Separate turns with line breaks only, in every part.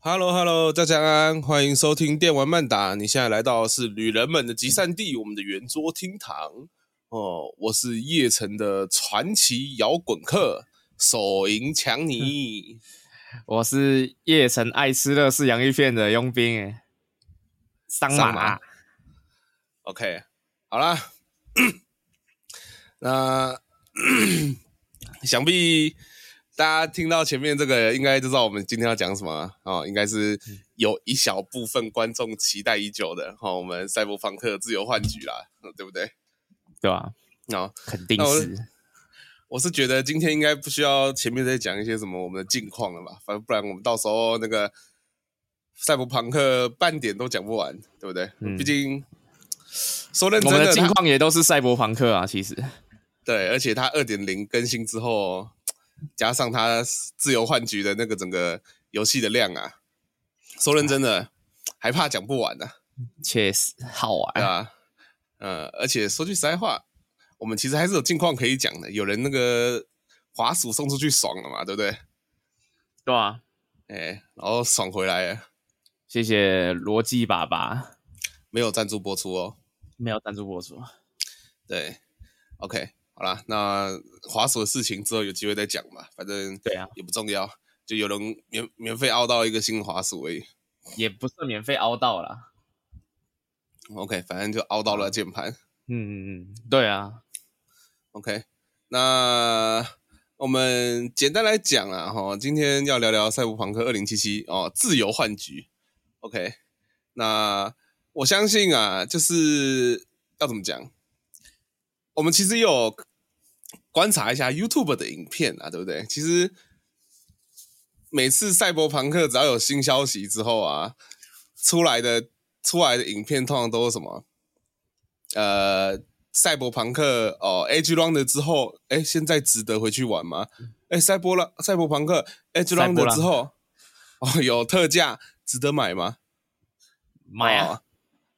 Hello Hello，大家安，欢迎收听电玩漫打。你现在来到的是旅人们的集散地，我们的圆桌厅堂。哦，我是叶城的传奇摇滚客手淫强尼。
我是叶城爱吃乐事洋芋片的佣兵，哎，桑
桑
马
麻 OK，好啦，那想必大家听到前面这个，应该就知道我们今天要讲什么啊、哦，应该是有一小部分观众期待已久的哦，我们赛博朋克自由幻局啦，嗯对不对？
对吧、
哦，
肯定
那我
是
我是觉得今天应该不需要前面再讲一些什么我们的近况了吧，反正不然我们到时候那个赛博朋克半点都讲不完，对不对？
嗯
毕竟说认
我
真
们的
它
近况也都是赛博朋克啊。其实
对，而且它二点零更新之后，加上它自由幻局的那个整个游戏的量啊，说认真的，还怕讲不完呢、啊
确实好
对
玩，
吧？
哎
呃，而且说句实在话，我们其实还是有近况可以讲的。有人那个滑鼠送出去爽了嘛，对不对？
对吧、啊？
哎、然后爽回来了，
谢谢逻辑爸爸，
没有赞助播出哦。
没有赞助播出，
对，OK，好啦，那滑鼠的事情之后有机会再讲吧，反正
对啊，
也不重要，就有人免免费凹到一个新滑鼠而已。
也不是免费凹到啦。
OK，反正就凹到了键盘。
嗯嗯嗯，对啊，
OK，那我们简单来讲啊，哈，今天要聊聊《赛博朋克二零七七》哦，《自由幻局》。OK，那我相信啊，就是要怎么讲，我们其实有观察一下 YouTube 的影片啊，对不对？其实每次赛博朋克只要有新消息之后啊，出来的出来的影片通常都是什么？呃，赛博朋克哦，Edge Runner 之后，哎，现在值得回去玩吗？哎，赛博浪赛博朋克 Edge
赛博
Runner
浪
之后，哦，有特价，值得买吗？
买啊，
哦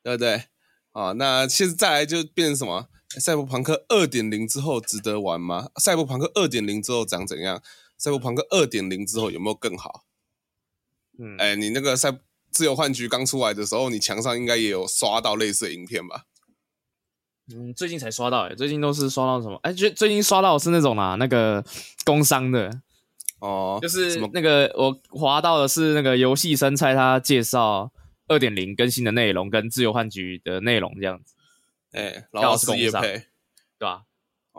对不对？啊，那现在来就变成什么？赛博朋克二点零之后值得玩吗？赛博朋克二点零之后长怎样？赛博朋克二点零之后有没有更好？
嗯，
哎，你那个赛自由幻局刚出来的时候，你墙上应该也有刷到类似的影片吧？
嗯，最近才刷到、欸，最近都是刷到什么？哎、最最近刷到的是那种啦、那个工商的，
哦，
就是
什么
那个我滑到的是那个游戏生菜，它介绍二点零更新的内容跟自由幻局的内容这样子，
哎，然后是叶
工商
配，
对吧、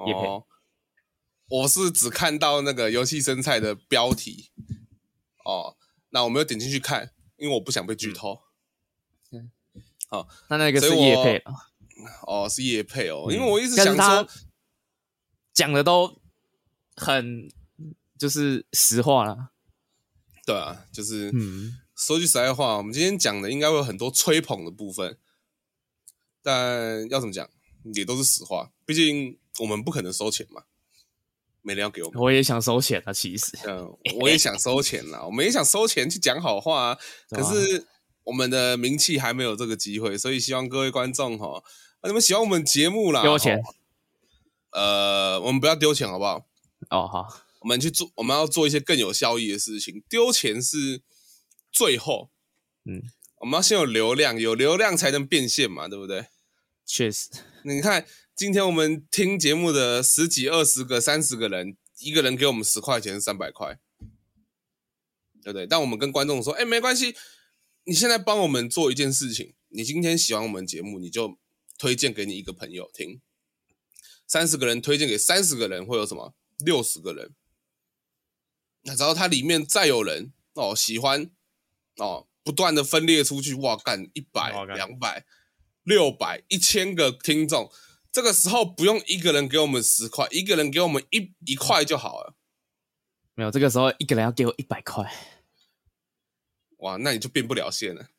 业啊配
哦，我是只看到那个游戏生菜的标题，哦，那我没有点进去看，因为我不想被
嗯
剧透。
那那个
所
是
以
叶
我
配了，
哦，是叶配哦，
嗯
因为我一直
但是
想
他
说，
讲的都很就是实话啦。
对啊，就是、
嗯，
说句实在话，我们今天讲的应该会有很多吹捧的部分，但要怎么讲，也都是实话，毕竟我们不可能收钱嘛，没人要给我 们。
我也想收钱啊，其实
嗯，我也想收钱啦，我们也想收钱去讲好话啊，
对
可
啊
是我们的名气还没有这个机会，所以希望各位观众哈，啊你们喜欢我们节目啦，
给我钱
吼，呃，我们不要丢钱好不好？
哦，好，
我们去做，我们要做一些更有效益的事情。丢钱是最后，
嗯，
我们要先有流量，有流量才能变现嘛，对不对？
确实，
你看，今天我们听节目的十几、二十个、三十个人，一个人给我们十块钱，三百块，对不对？但我们跟观众说，哎，没关系，你现在帮我们做一件事情，你今天喜欢我们节目，你就推荐给你一个朋友听，三十个人推荐给三十个人，会有什么？六十个人。那只要它里面再有人哦喜欢哦，不断的分裂出去，哇干一百
哇、干
两百、六百、一千个听众，这个时候不用一个人给我们十块，一个人给我们一一块就好了。
没有这个时候一个人要给我一百块，
哇，那你就变不了现了，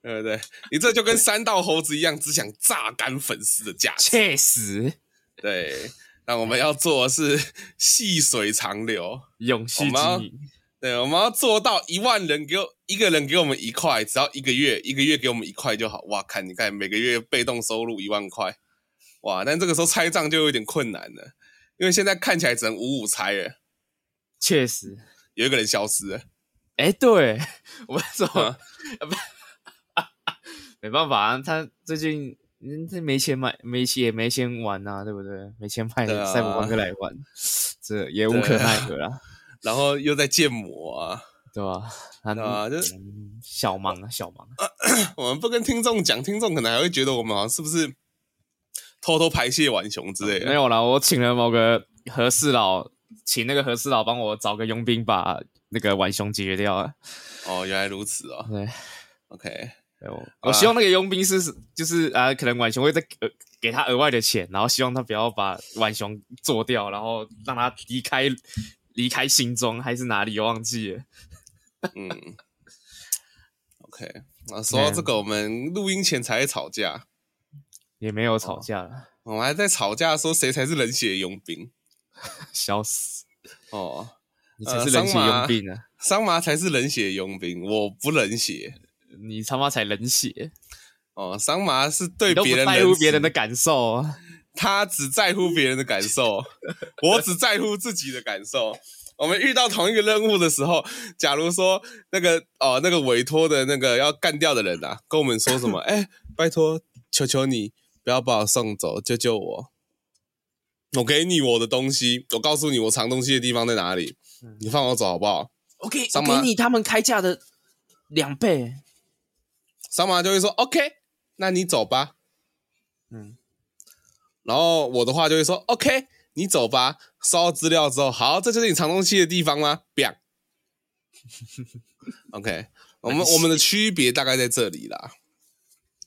对不对？你这就跟三道猴子一样，只想榨干粉丝的价值。
确实
对，那我们要做的是细水长流。
永续
我们要
经营，
对，我们要做到一万人给我一个人给我们一块，只要一个月，一个月给我们一块就好。哇，看你看每个月被动收入一万块，哇，但这个时候拆账就有点困难了，因为现在看起来只能五五拆了，
确实
有一个人消失了，
哎、对 我怎么
啊、
没办法、啊，他最近嗯这没钱买，没钱也没钱玩啊，对不对？没钱买
对啊
赛博朋克来玩， 这也无
对
可
啊
奈何啦，
然后又在建模啊。
对吧、他
对啊就是
嗯小忙啊，小忙啊，
我们不跟听众讲，听众可能还会觉得我们好像是不是偷偷排泄浣熊之类的。
哦没有啦，我请了某个和事佬，请那个和事佬帮我找个佣兵把那个浣熊解决掉啊。
哦，原来如此哦。
对，
OK，
对我
好啦
我希望那个佣兵是就是啊、可能浣熊会再给、呃、给他额外的钱，然后希望他不要把浣熊做掉，然后让他离开离开心中还是哪里忘记了。
嗯，OK。啊，说到这个，我们录音前才在吵架，
也没有吵架了，
我们还在吵架说谁才是冷血佣兵
笑死！呃
哦，
你才是冷血佣兵啊！
桑麻才是冷血佣兵，我不冷血
你他妈才冷血，
哦，桑麻是对
你都
别
不
人
在
冷
乎
血
别人的感受啊！
他只在乎别人的感受， 我只在乎自己的感受。我们遇到同一个任务的时候，假如说那个哦，那个委托的那个要干掉的人啊，跟我们说什么？哎、拜托，求求你不要把我送走，救救我！我给你我的东西，我告诉你我藏东西的地方在哪里
嗯，
你放我走好不好？
我给
桑麻
他们开价的两倍，
桑麻就会说 OK，那你走吧。
嗯，
然后我的话就会说 OK，你走吧。收到资料之后，好，这就是你藏东西的地方吗？biang。OK，我们
蛮细
我们的区别大概在这里啦。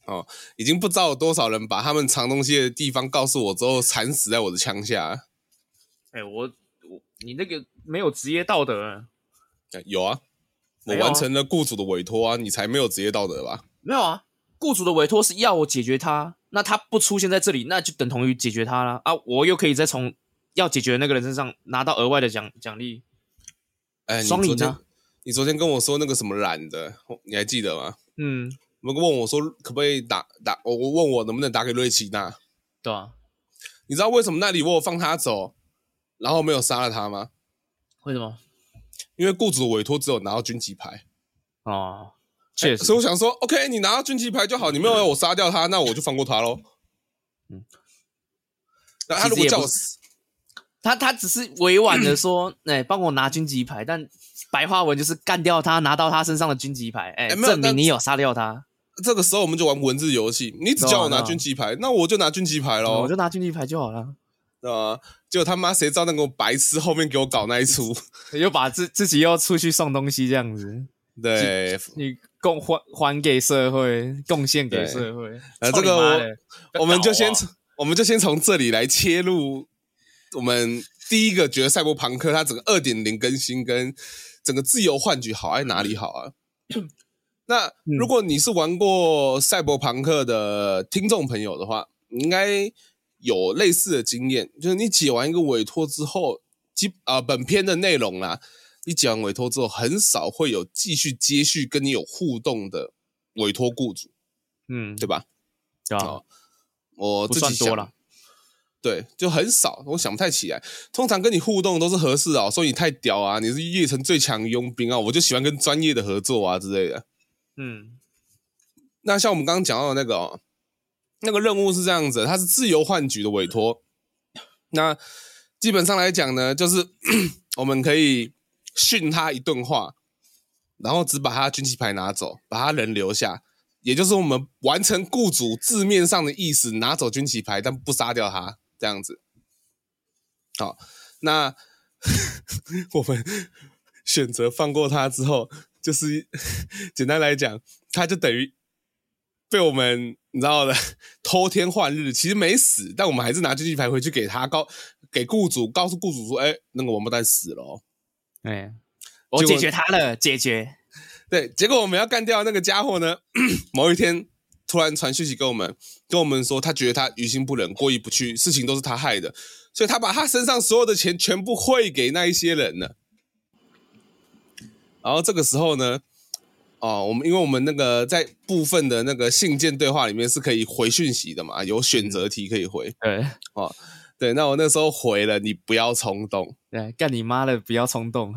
哦，已经不知道有多少人把他们藏东西的地方告诉我之后，惨死在我的枪下。
哎、我我你那个没有职业道德啊、
呃有啊，我
没有啊
完成了雇主的委托啊，你才没有职业道德吧？
没有啊，雇主的委托是要我解决他，那他不出现在这里，那就等同于解决他啦。啊，我又可以再从要解决的那个人身上拿到额外的奖奖励。
哎，你
双赢
昨
啊
天你昨天跟我说那个什么染的，你还记得吗？
嗯，
我们问我说可不可以打打，我我问我能不能打给瑞奇娜？
对啊，
你知道为什么那里我有放他走，然后没有杀了他吗？
为什么？
因为雇主的委托只有拿到军旗牌，
哦，确实
所，以我想说，OK，你拿到军旗牌就好，你没有要我杀掉他，那我就放过他喽。嗯
嗯，
那他如
其实
果
也
叫
不
我
是他他只是委婉的说， 哎、帮我拿军级牌，但白话文就是干掉他，拿到他身上的军级牌，哎、
哎没有
证
但
明你有杀掉他，
这个时候，我们就玩文字游戏，你只叫我
啊
拿军旗牌，那我就拿军旗牌
哦我
喽
就。拿军级牌就好了。
啊，结果他妈谁知道那个白痴后面给我搞那一出？
又把自自己又出去送东西这样子，
对，
你贡还还给社会，贡献给
对
社会。
呃
操
这个
你妈
我
的
我们就
搞
先
啊
从我们就先从这里来切入，我们第一个觉得赛博朋克它整个二点零更新跟整个自由幻觉好在哪里好啊？那如果你是玩过赛博朋克的听众朋友的话，你应该有类似的经验，就是你解完一个委托之后，基啊、本片的内容啦，你解完委托之后，很少会有继续接续跟你有互动的委托雇主，
嗯，
对吧？
对
哦
吧？
我
不
自己
算
想
多了，
对，就很少，我想不太起来。通常跟你互动都是合适啊，说你太屌啊，你是夜城最强佣兵啊，我就喜欢跟专业的合作啊之类的。
嗯，
那像我们刚刚讲到的那个、哦，那个任务是这样子，它是自由幻局的委托。那基本上来讲呢，就是 我们可以训他一顿话，然后只把他军旗牌拿走，把他人留下，也就是我们完成雇主字面上的意思，拿走军旗牌，但不杀掉他这样子。好，那 我们选择放过他之后，就是 简单来讲，他就等于被我们你知道的 偷天换日，其实没死，但我们还是拿军旗牌回去给他告给雇主，告诉雇主说，哎、那个王八蛋死了、哦。
哎，我
结果
解决他了，解决，
对，结果我们要干掉那个家伙呢， 某一天突然传讯息给我们，跟我们说他觉得他于心不忍、过意不去，事情都是他害的，所以他把他身上所有的钱全部汇给那一些人了。然后这个时候呢，哦，我们因为我们那个在部分的那个信件对话里面是可以回讯息的嘛，有选择题可以回。
对
对，那我那时候回了，你不要冲动。
对，干你妈的，不要冲动，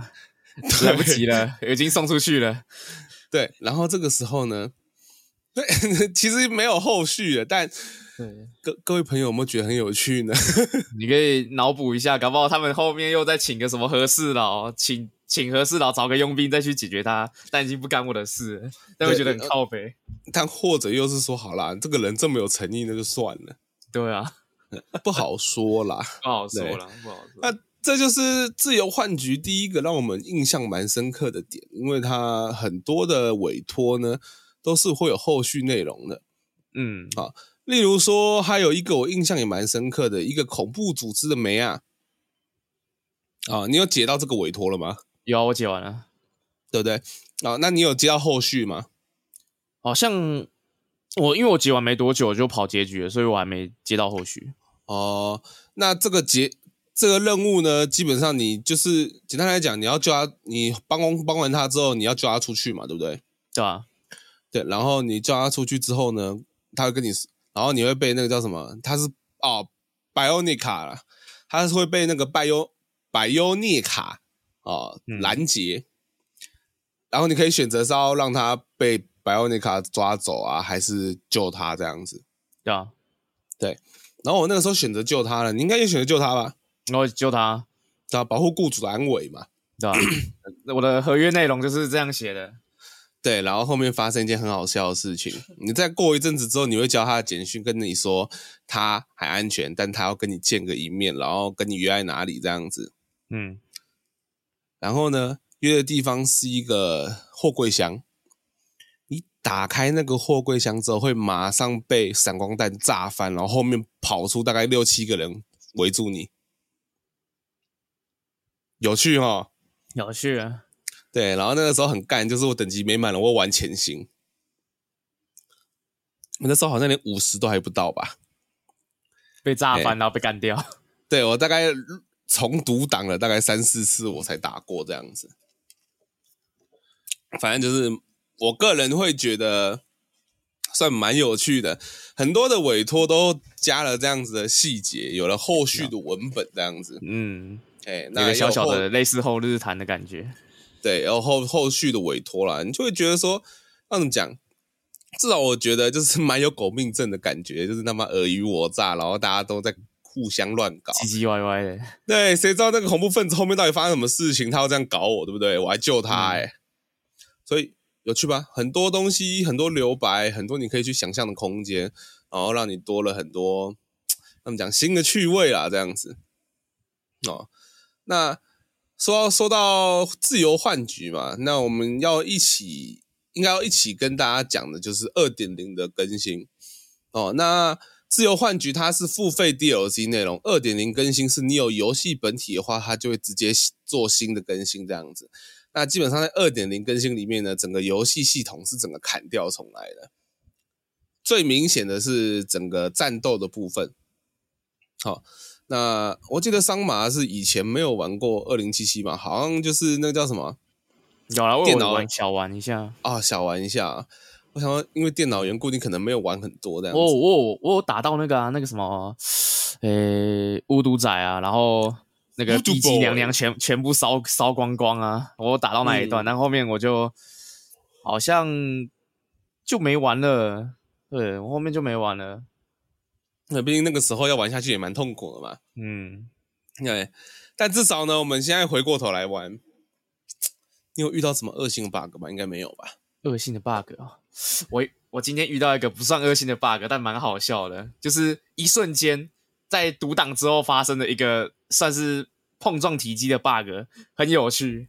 来不及了，已经送出去了。
对，然后这个时候呢， 对，其实没有后续了，但
对，
各各位朋友有没有觉得很有趣呢？
你可以脑补一下，搞不好他们后面又再请个什么和事佬，请请和事佬找个佣兵再去解决他，但已经不干我的事了，但会觉得很靠北。
但或者又是说，好啦，这个人这么有诚意，那就算了，
对啊，
不好说啦。
不好说了，不好说。
那这就是自由幻局第一个让我们印象蛮深刻的点，因为它很多的委托呢都是会有后续内容的。
嗯，
例如说，还有一个我印象也蛮深刻的，一个恐怖组织的梅啊，啊，你有解到这个委托了吗？
有啊，我解完了，
对不对？啊，那你有接到后续吗？
好像我因为我解完没多久就跑结局了，所以我还没接到后续。
哦，那这个结这个任务呢，基本上你就是简单来讲，你要叫他，你帮工帮完他之后，你要叫他出去嘛，对不对？
对啊，
对，然后你叫他出去之后呢，他会跟你，然后你会被那个叫什么？他是哦，拜欧涅卡啦，他是会被那个拜优拜优涅卡哦
嗯
拦截，然后你可以选择是要让他被拜欧涅卡抓走啊，还是救他这样子。
对啊，
然后我那个时候选择救他了，你应该也选择救他吧？
然后救他，
对啊，保护雇主的安危嘛。
对吧、我的合约内容就是这样写的。
对，然后后面发生一件很好笑的事情。你再过一阵子之后，你会教他的简讯，跟你说他还安全，但他要跟你见个一面，然后跟你约在哪里这样子。
嗯，
然后呢，约的地方是一个货柜箱。你打开那个货柜箱之后，会马上被闪光弹炸翻，然后后面跑出大概六七个人围住你。有趣哦，
有趣啊。
对，然后那个时候很干，就是我等级没满了，我玩潜行。我那时候好像连五十都还不到吧？
被炸
哎
翻，然后被干掉。
对我大概重读档了大概三四次，我才打过这样子。反正就是我个人会觉得算蛮有趣的，很多的委托都加了这样子的细节，有了后续的文本这样子。
嗯，
哎，
有
那
个小
有
小
后
的类似后日谈的感觉。
对，然后后后续的委托啦，你就会觉得说，那怎么讲？至少我觉得就是蛮有狗命症的感觉，就是他妈尔虞我诈，然后大家都在互相乱搞。
唧唧歪歪的，
对，谁知道那个恐怖分子后面到底发生什么事情？他要这样搞我，对不对？我还救他哎、所以有趣吧？很多东西，很多留白，很多你可以去想象的空间，然后让你多了很多，他们讲新的趣味啦，这样子。哦，那说到说到自由幻局嘛，那我们要一起，应该要一起跟大家讲的就是二点零的更新。哦，那自由幻局它是付费 DLC 内容，二点零更新是你有游戏本体的话，它就会直接做新的更新这样子。那基本上在二点零更新里面呢，整个游戏系统是整个砍掉重来的。最明显的是整个战斗的部分。好、那我记得桑麻是以前没有玩过二零七七嘛，好像就是那个叫什么
有啦，我
电
有
脑
玩小玩一下。
啊、小玩一下啊。我想说，因为电脑缘故，你可能没有玩很多这样子。
我有我有我有打到那个啊，那个什么，呃、巫毒仔啊，然后那个
Voodoo
碧姬
Boy
娘娘全全部烧烧光光啊，我有打到那一段，
嗯
但后面我就好像就没玩了，对我后面就没玩了，
那毕竟那个时候要玩下去也蛮痛苦的嘛。
嗯，
对，但至少呢，我们现在回过头来玩，你有遇到什么恶性 bug 吗？应该没有吧？
恶性的 bug 啊！ 我我今天遇到一个不算恶性的 bug，但蛮好笑的，就是一瞬间在读档之后发生的一个算是碰撞体积的 bug，很有趣。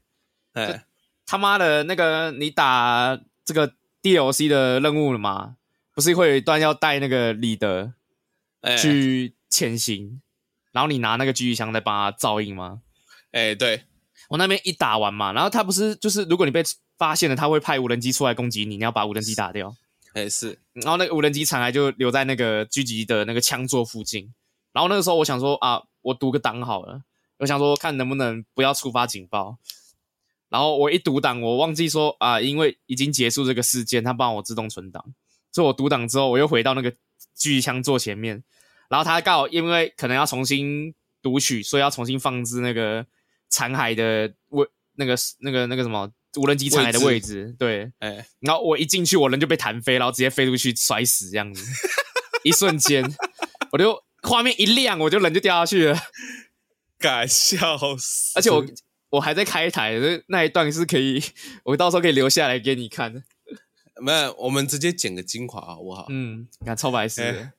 哎，
他妈的那个你打这个 DLC 的任务了吗？不是会有一段要带那个李德
哎，
去潜行，然后你拿那个狙击枪在帮他照应吗？
哎，对，
我那边一打完嘛，然后他不是就是如果你被发现了，他会派无人机出来攻击你，你要把无人机打掉。
哎是，
然后那个无人机残骸就留在那个狙击的那个枪座附近。然后那个时候我想说啊，我读个档好了，我想说看能不能不要触发警报。然后我一读档，我忘记说啊，因为已经结束这个事件，他帮我自动存档，所以我读档之后，我又回到那个狙击枪座前面。然后他刚好因为可能要重新读取，所以要重新放置那个残骸的位那个那个那个什么无人机残骸的位置，对。
哎，
然后我一进去，我人就被弹飞，然后直接飞出去摔死这样子，一瞬间，我就画面一亮，我就人就掉下去了，
敢笑死！
而且我我还在开台，所以那一段是可以，我到时候可以留下来给你看的。
没有，我们直接剪个精华好不好？
嗯，看超白痴的。
哎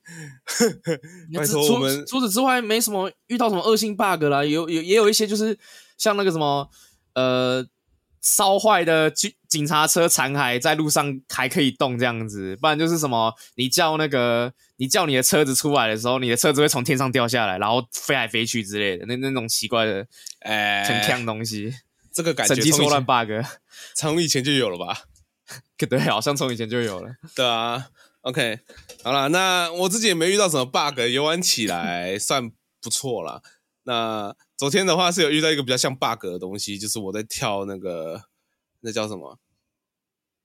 你看
拜
这
托
除
我们
除此之外，没什么遇到什么恶性 bug 啦，有有也有一些就是像那个什么呃烧坏的警警察车残骸在路上还可以动这样子，不然就是什么你叫那个你叫你的车子出来的时候，你的车子会从天上掉下来，然后飞来飞去之类的，那那种奇怪的
哎，
很呛的东西，
这个感觉
神机
从
错
以
乱
前
bug，
从以前就有了吧？
对，好像从以前就有了。
对啊，OK，好啦，那我自己也没遇到什么 bug，游玩起来算不错啦。那昨天的话是有遇到一个比较像 bug 的东西，就是我在跳那个那叫什么？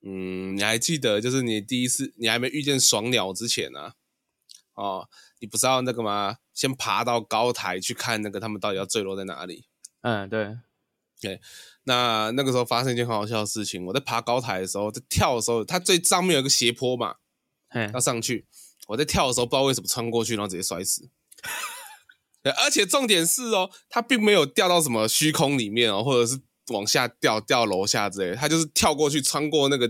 嗯，你还记得就是你第一次你还没遇见爽鸟之前呢、哦，你不是要那个吗？先爬到高台去看那个他们到底要坠落在哪里？
嗯，对，
那那个时候发生一件很好笑的事情，我在爬高台的时候，在跳的时候，它最上面有一个斜坡嘛，
嘿
要，上去，我在跳的时候不知道为什么穿过去，然后直接摔死。对而且重点是哦，它并没有掉到什么虚空里面哦，或者是往下掉掉楼下之类的，它就是跳过去，穿过那个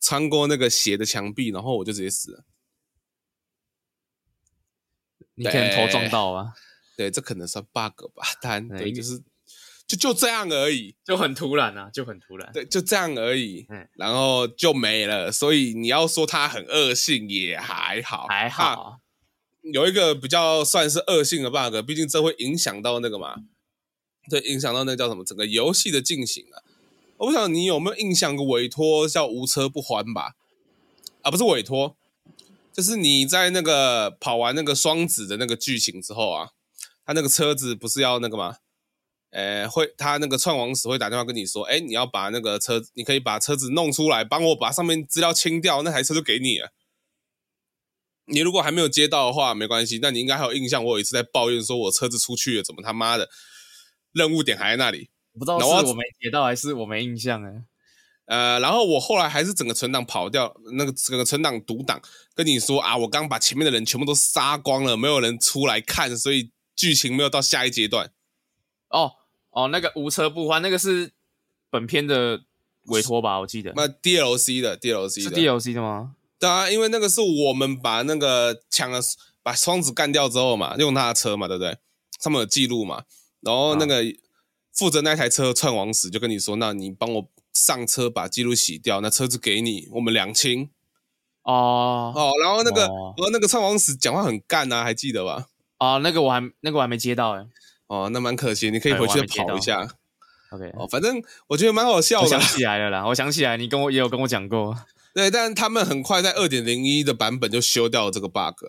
穿过那个斜的墙壁，然后我就直接死了。
你可能头撞到啊，
对，这可能算 bug 吧，但
哎
对，
一个
就是就就这样而已。
就很突然啊，就很突然。
对，就这样而已，
嗯
然后就没了。所以你要说它很恶性也还好，
还
啊
好，
有一个比较算是恶性的 bug，毕竟这会影响到那个嘛，这影响到那叫什么整个游戏的进行啊。我不晓得你有没有印象，委托叫无车不还吧？啊，不是委托，就是你在那个跑完那个双子的那个剧情之后啊，他那个车子不是要那个嘛？呃，会他那个串网使会打电话跟你说，哎，你要把那个车，你可以把车子弄出来，帮我把上面资料清掉，那台车就给你了。你如果还没有接到的话，没关系。那你应该还有印象，我有一次在抱怨说我车子出去了，怎么他妈的任务点还在那里？
我不知道
然后
是我没截到还是我没印象哎。
呃，然后我后来还是整个存档跑掉，那个整个存档读档，跟你说啊，我刚把前面的人全部都杀光了，没有人出来看，所以剧情没有到下一阶段。
哦哦，那个无车不欢，那个是本片的委托吧？我记得
那 DLC 的 DLC
是
的，
DLC 的吗？
对啊，因为那个是我们把那个抢了，把双子干掉之后嘛，用他的车嘛，对不对？他们有记录嘛，然后那个
啊
负责那台车的串王子就跟你说，那你帮我上车把记录洗掉，那车子给你，我们两清
哦
哦。然后那个，
哦
然后那个串王子讲话很干啊，还记得吧？
哦，那个我还那个我还没接到哎。
哦，那蛮可惜，你可以
哎
回
我
去再
还没接
跑
到
一下
OK，
哦。反正我觉得蛮好笑
我
的
想，起来了啦，我想起来，你跟我也有跟我讲过。
对。但他们很快在二点零一的版本就修掉了这个 bug，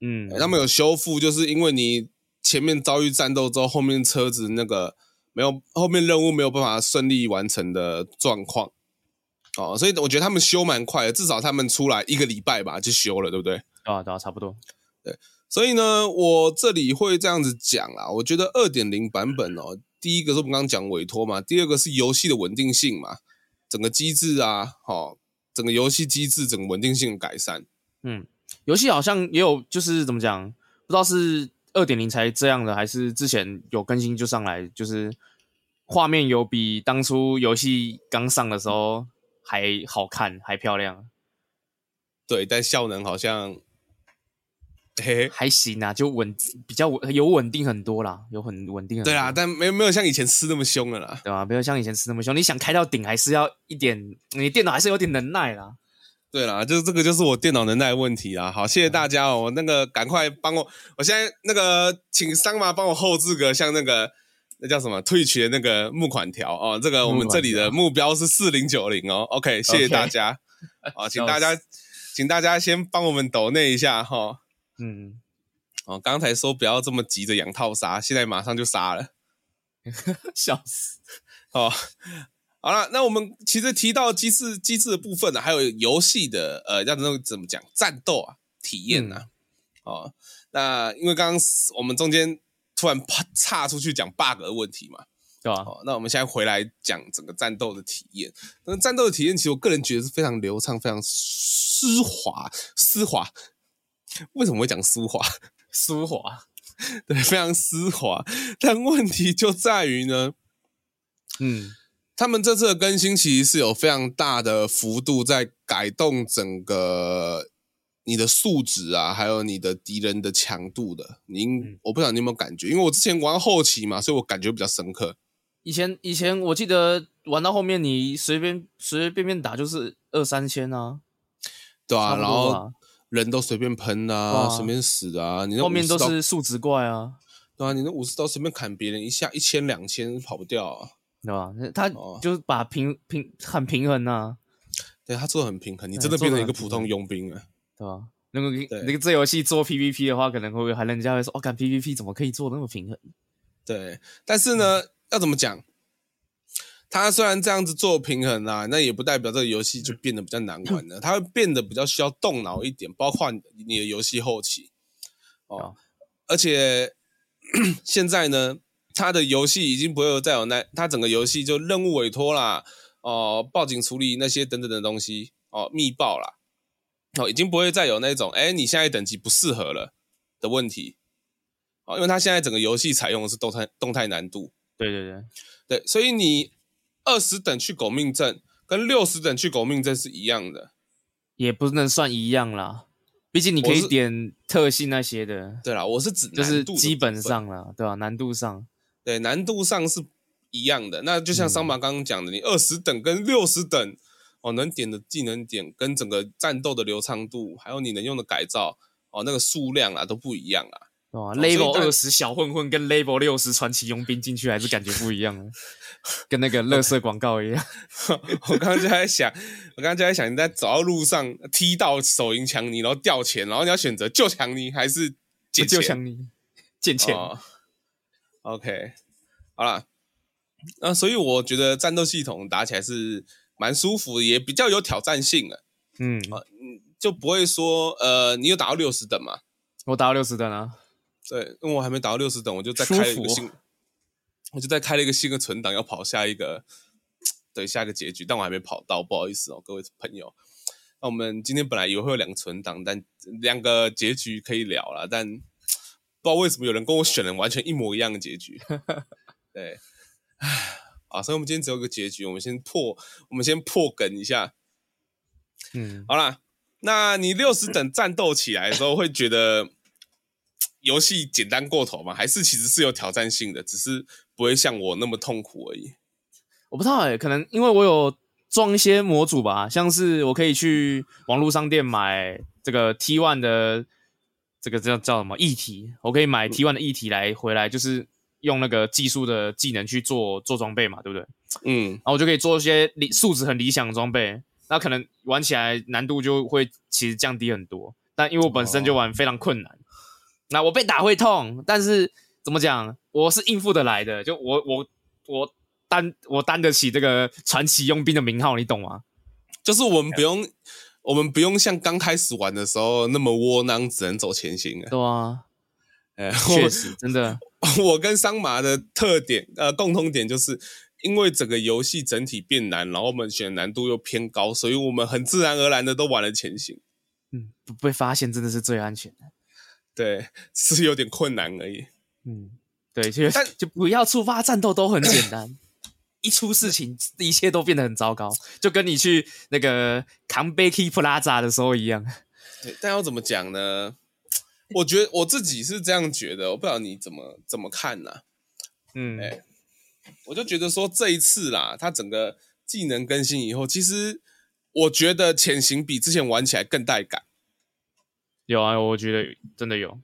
嗯，
他们有修复，就是因为你前面遭遇战斗之后，后面车子那个没有后面任务没有办法顺利完成的状况。哦，所以我觉得他们修蛮快的，至少他们出来一个礼拜吧就修了，对不对？
对啊对啊，差不多。
所以呢，我这里会这样子讲啦。我觉得二点零版本哦，第一个是我们刚刚讲委托嘛，第二个是游戏的稳定性嘛，整个机制啊，哦，整个游戏机制整个稳定性的改善。
游戏好像也有，就是怎么讲，不知道是二点零才这样的，还是之前有更新就上来，就是画面有比当初游戏刚上的时候还好看，还漂亮，
对，但效能好像，嘿嘿，
还行啊，就稳比较稳，有稳定很多啦，有很稳定很多。啊
对啦，但没没有像以前吃那么凶了啦。
对吧、没有像以前吃那么凶，你想开到顶还是要一点，你电脑还是有点能耐啦。
对啦，就是这个就是我电脑能耐的问题啦。好，谢谢大家哦，那个赶快帮我，我现在那个请桑麻帮我后置个像那个那叫什么退群的那个募款条哦，这个我们这里的目标是四零九零哦。OK，谢谢大家，好，请大家请大家先帮我们抖那一下哈、哦。
嗯，
哦，刚才说不要这么急着养套杀，现在马上就杀了。
笑死。
哦，好了，那我们其实提到机制机制的部分呢、啊还有游戏的呃，叫做怎么讲战斗啊、体验啊。哦，那因为刚刚我们中间突然啪岔出去讲 bug 的问题嘛，
对吧、
好，那我们现在回来讲整个战斗的体验。那战斗的体验，其实我个人觉得是非常流畅、非常丝滑、丝滑。为什么会讲丝滑？
舒华，
对，非常丝滑。但问题就在于呢，
嗯，
他们这次的更新其实是有非常大的幅度在改动整个你的素质啊，还有你的敌人的强度的。您、
嗯
我不知道你有没有感觉，因为我之前玩后期嘛，所以我感觉比较深刻。
以前以前我记得玩到后面，你随便随随便便打就是二三千啊，
对啊，
差不
然
多
后
吧。
人都随便喷啊，
哇
随便死啊，你那
后面
武
都
士刀
是数值怪啊，
对啊，你那武士刀随便砍别人一下一千两千跑不掉啊。
对吧？那他
哦
就是把平平很平衡啊，
对他做的很平衡，你
对
真的变成一个
做得很
普通佣兵了。啊
对吧？那个
对
那个这游戏做 PVP 的话，可能会还人家会说，哦，看 PVP 怎么可以做那么平衡？
对，但是呢，要怎么讲？它虽然这样子做平衡啦、那也不代表这个游戏就变得比较难玩了，它会变得比较需要动脑一点，包括你的游戏后期哦
哦。
而且 现在呢，它的游戏已经不会有再有那，它整个游戏就任务委托啦，哦、报警处理那些等等的东西哦，密报啦，哦，已经不会再有那种哎，你现在等级不适合了的问题。哦，因为它现在整个游戏采用的是动态动态难度，
对对对，
对，所以你二十等去狗命阵跟六十等去狗命阵是一样的，
也不能算一样啦，毕竟你可
我
以
是
点特性那些的，
对啦，我是指
就是
难度的
基本
部分
上啦，对吧、难度上，
对难度上是一样的。那就像
嗯
桑巴刚刚讲的，你二十等跟六十等哦能点的技能点跟整个战斗的流畅度，还有你能用的改造哦那个数量啊都 不一样啦。
对吧、
哦所
l
以
e v e l
大
二十小混混跟 Level 六十传奇佣兵进去还是感觉不一样啊，跟那个乐色广告一样。
我刚刚就在想，我刚刚就在想，你在走到路上踢到手银强尼，然后掉钱，然后你要选择救强尼还是
不
捡
就
钱？
想你借钱，
哦 OK，好啦，那、所以我觉得战斗系统打起来是蛮舒服的，也比较有挑战性的，
嗯，
哦就不会说呃，你有打到六十等嘛？
我打到六十等啊，
对，因为我还没打到六十等，我就再
舒
开了一个
服
新，我就再开了一个新的存档，要跑下一个，对，下一个结局，但我还没跑到，不好意思哦，各位朋友。那我们今天本来以为会有两个存档，但两个结局可以聊了，但不知道为什么有人跟我选了完全一模一样的结 局。对，唉，啊，所以我们今天只有一个结局，我们先破，我们先破梗一下。
嗯，
好啦，那你六十等战斗起来的时候，会觉得游戏简单过头吗？还是其实是有挑战性的，只是不会像我那么痛苦而已？
我不知道哎、可能因为我有装一些模组吧，像是我可以去网络商店买这个 T one 的这个叫叫什么议题，我可以买 T one 的议题来回来，就是用那个技术的技能去做做装备嘛，对不对？
嗯，
然后我就可以做一些理素质很理想的装备，那可能玩起来难度就会其实降低很多。但因为我本身就玩非常困难，那我被打会痛，但是怎么讲，我是应付得来的，就我我我担我担得起这个传奇佣兵的名号，你懂吗？
就是我们不用，我们不用像刚开始玩的时候那么窝囊，只能走前行了。
对啊，
哎，
确实真 的，
我我跟桑麻的特点呃共通点就是。因为整个游戏整体变难，然后我们选难度又偏高，所以我们很自然而然的都玩了前行。
嗯，不被发现真的是最安全的。
对，只是有点困难而已。
嗯，对，就
但
就不要触发战斗都很简单，一出事情一切都变得很糟糕，就跟你去那个扛 Becky Plaza 的时候一样。
对，但要怎么讲呢？我觉得我自己是这样觉得，我不知道你怎么怎么看呢、
嗯，
哎我就觉得说这一次啦，它整个技能更新以后，其实我觉得潜行比之前玩起来更带感。
有啊，我觉得真的有。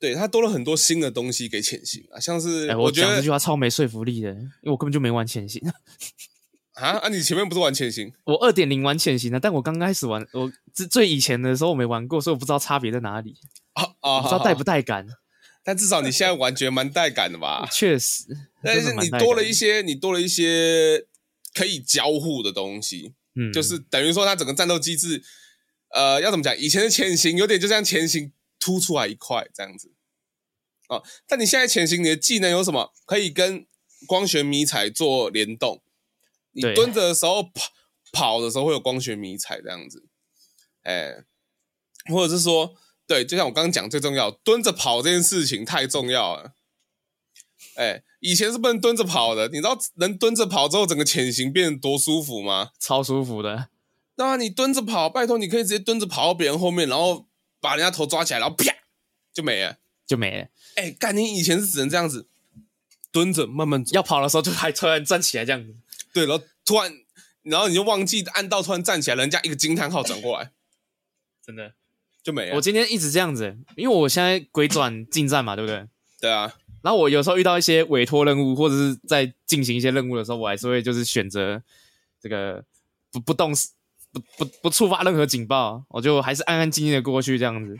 对，它多了很多新的东西给潜行啊，像是
哎、我
觉
讲这
得
句话超没说服力的，因为我根本就没玩潜行。
啊啊，你前面不是玩潜行？
我二点零玩潜行的，啊但我刚开始玩，我最最以前的时候我没玩过，所以我不知道差别在哪里，
啊啊，
我不知道带不带感。
但至少你现在玩觉得蛮带感的吧？
确实，
啊但
真
是
的蛮
你
带
多
感
了一些，你多了一些可以交互的东西。
嗯，
就是等于说它整个战斗机制，呃，要怎么讲？以前的潜行有点就像潜行凸出来一块这样子，哦，但你现在潜行，你的技能有什么可以跟光学迷彩做联动，你
对
蹲着的时候跑跑的时候会有光学迷彩这样子，哎，或者是说，对，就像我刚刚讲最重要，蹲着跑这件事情太重要了。哎，以前是不能蹲着跑的，你知道能蹲着跑之后整个潜行变得多舒服吗？
超舒服的。
对啊，你蹲着跑，拜托你可以直接蹲着跑到别人后面，然后把人家头抓起来，然后啪就没了。
就没了。
哎、干你以前是只能这样子蹲着慢慢走，
要跑的时候就还突然站起来这样子，
对，然后突然，然后你就忘记按到，突然站起来，人家一个惊叹号转过来
真的。
就没了
我。今天一直这样子、因为我现在鬼转近战嘛，对不对？
对啊，
然后我有时候遇到一些委托任务，或者是在进行一些任务的时候，我还是会就是选择这个不不动不不不触发任何警报，我就还是安安静静的过去这样子。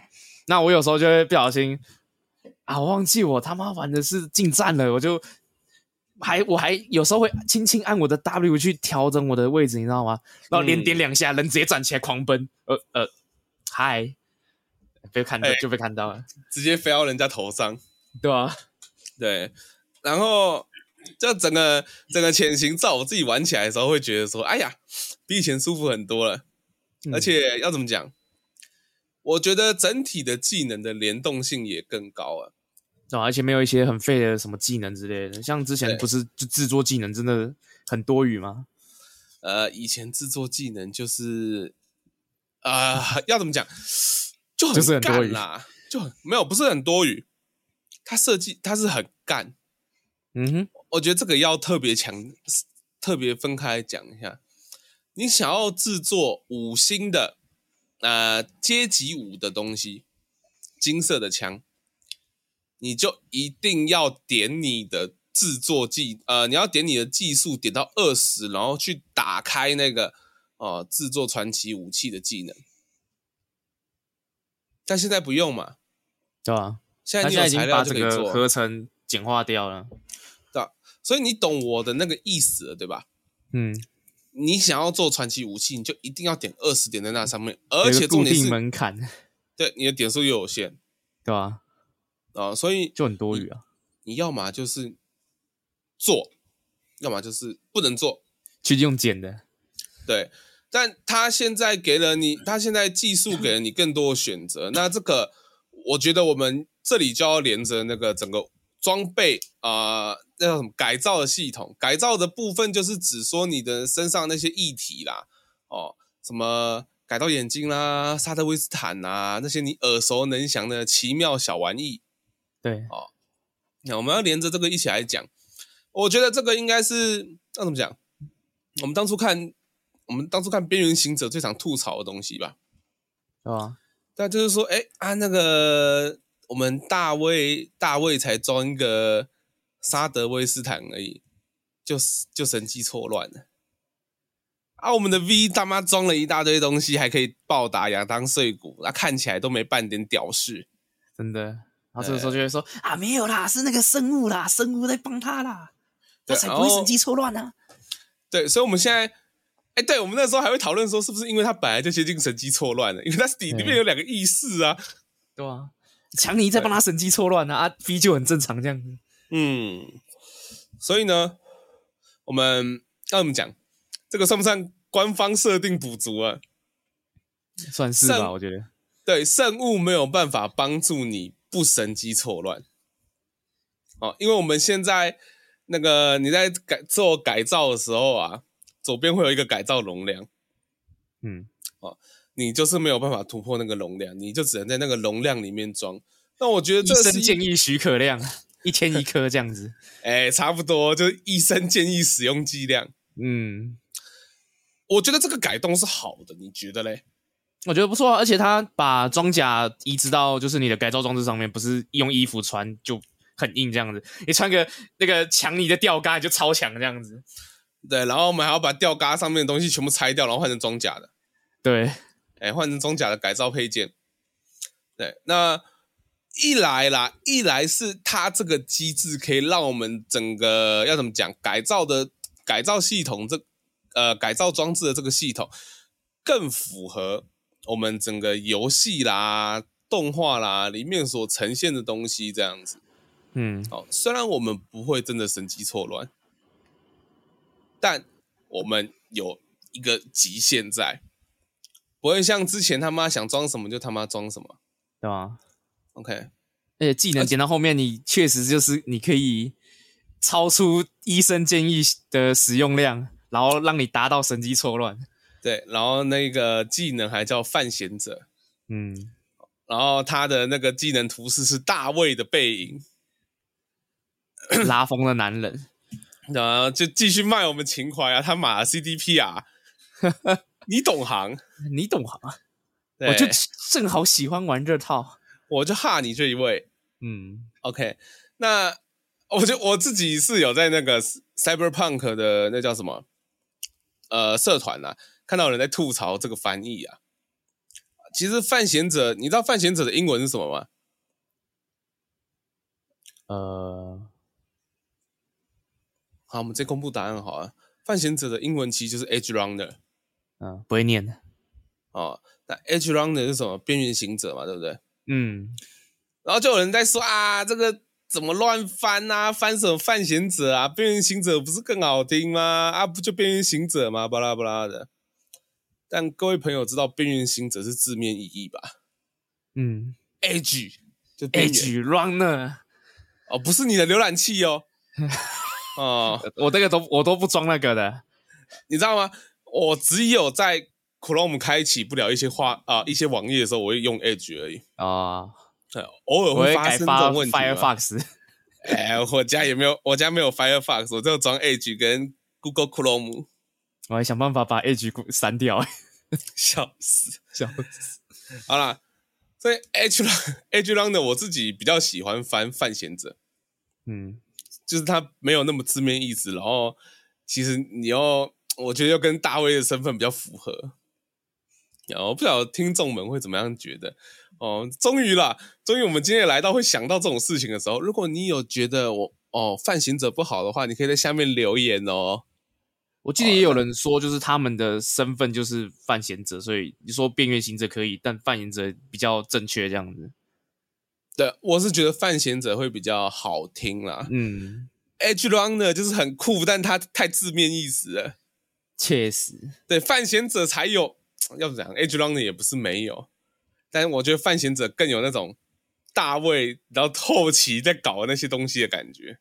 那我有时候就会不小心啊，我忘记我他妈玩的是近战了，我就还我还有时候会轻轻按我的 W 去调整我的位置，你知道吗？然后连点两下，人直接站起来狂奔，呃呃，嗨，被看到、
哎
就被看到了，
直接飞到人家头上。
对啊吧、
对，然后这整个整个潜行照，我自己玩起来的时候会觉得说，哎呀，比以前舒服很多了。
嗯
而且要怎么讲？我觉得整体的技能的联动性也更高了。
对、啊，而且没有一些很废的什么技能之类的，像之前
对
不是就制作技能真的很多余吗？
呃，以前制作技能就是，啊，要怎么讲，就
就是很多
干
余
啦，就很没有不是很多余。它设计它是很干，
嗯哼，
我觉得这个要特别强，特别分开来讲一下。你想要制作五星的，呃，阶级五的东西，金色的枪，你就一定要点你的制作技，呃，你要点你的技术点到二十，然后去打开那个呃制作传奇武器的技能。但现在不用嘛，
对吧、
现
他
在你有
现在已经
材
把
料就可
整
以
个
做
合
了，
成简化掉了。
所以你懂我的那个意思了，对吧？
嗯，
你想要做传奇武器，你就一定要点二十点在那上面，
有
而
一个
且重
固
点
定
是，
门槛，
对你的点数又有限
对吧、
啊、所以
就很多余
嗯
啊。
你要么就是做，要么就是不能做。
去用简的，
对，但他现在给了你，他现在技术给了你更多的选择。那这个，我觉得我们这里就要连着那个整个装备啊、呃那叫什么改造的系统。改造的部分就是指说你的身上那些议题啦，哦，什么改造眼睛啦、沙特威斯坦啦，那些你耳熟能详的奇妙小玩意。
对，
哦那我们要连着这个一起来讲。我觉得这个应该是那怎么讲？我们当初看，我们当初看《边缘行者》最常吐槽的东西吧。
对吧、
但就是说，哎啊，那个我们大卫大卫才装一个沙德威斯坦而已，就就神机错乱了。啊，我们的 V 他妈装了一大堆东西，还可以暴打亚当碎骨，那、看起来都没半点屌事。
真的。然后这个时候就会说啊，没有啦，是那个生物啦，生物在帮他啦，他
对
才
然
不会
后
神机错乱啊。
对，所以我们现在，哎，对我们那时候还会讨论说，是不是因为他本来就接近神机错乱了，因为他里
对
里面有两个意识啊，
对吧、强尼在帮他神机错乱啊，啊，B 就很正常这样子。
嗯，所以呢，我们要怎么讲？这个算不算官方设定补足啊？
算是
圣
吧，我觉得。
对，圣物没有办法帮助你不神机错乱。哦，因为我们现在那个你在改做改造的时候啊，左边会有一个改造容量，
嗯，
你就是没有办法突破那个容量，你就只能在那个容量里面装。那我 觉得
医
这是
生
一
建议许可量一天一颗这样子。
哎，差不多就是医生建议使用剂量。
嗯，
我觉得这个改动是好的，你觉得嘞？
我觉得不错啊，而且他把装甲移植到就是你的改造装置上面，不是用衣服穿就很硬这样子，你穿个那个强尼的吊杆就超强这样子。
对，然后我们还要把吊嘎上面的东西全部拆掉，然后换成装甲的，
对，
哎，换成装甲的改造配件。对，那一来啦，一来是它这个机制可以让我们整个要怎么讲改造的改造系统这呃改造装置的这个系统更符合我们整个游戏啦、动画啦里面所呈现的东西这样子。
嗯
好，虽然我们不会真的神机错乱，但我们有一个极限在，不会像之前他妈想装什么就他妈装什么。
对吧？
OK，
而且技能捡到后面，你确实就是你可以超出医生建议的使用量，然后让你达到神机错乱。
对，然后那个技能还叫犯险者，
嗯，
然后他的那个技能图示是大卫的背影，
拉风的男人，
然后就继续卖我们情怀啊，他妈 CDP 啊，你懂行，
你懂行啊？
对
我就正好喜欢玩这套。
我就哈你这一位。
嗯
OK，那我就我自己是有在那个 Cyberpunk 的那叫什么呃社团啊，看到有人在吐槽这个翻译啊。其实犯险者，你知道犯险者的英文是什么吗？
呃，
好，我们直接公布答案好了。犯险者的英文其实就是 Edge Runner
嗯、不会念的。
哦，那 Edge Runner 是什么？边缘行者嘛，对不对？
嗯，
然后就有人在说啊，这个怎么乱翻啊？翻什么犯险者啊？边缘行者不是更好听吗？啊，不就边缘行者吗？巴拉巴拉的。但各位朋友知道边缘行者是字面意义吧
嗯哎
？Edge 就边缘
，Edge Runner，
哦，不是你的浏览器 哦。哦，
呃我这个都我都不装那个的。
你知道吗？我只有在 Chrome 开启不了一些话啊、一些网页的时候，我会用 Edge 而已。
哦，
呃偶尔
我会
会发
改
生这
发
种问题啊嘛。
Firefox。
哎，我家也没有，我家没有 Firefox，我只有装 Edge 跟 Google Chrome，
我还想办法把 Edge 删掉。欸
笑死。
笑
好啦，所以 Edge Run- Edge Run 的我自己比较喜欢翻范闲者，
嗯
就是它没有那么字面意思，然后其实你要，我觉得又跟大卫的身份比较符合。然后不晓得听众们会怎么样觉得哦。终于啦，终于我们今天也来到会想到这种事情的时候。如果你有觉得我哦范闲者不好的话，你可以在下面留言哦。
我记得也有人说，就是他们的身份就是犯嫌者，所以你说边缘行者可以，但犯嫌者比较正确这样子。
对，我是觉得范闲者会比较好听啦。
嗯，
Edge Runner 就是很酷，但它太字面意思了。
确实，
对，范闲者才有，要怎么讲？Edge Runner 也不是没有，但是我觉得范闲者更有那种大卫，然后后期在搞那些东西的感觉。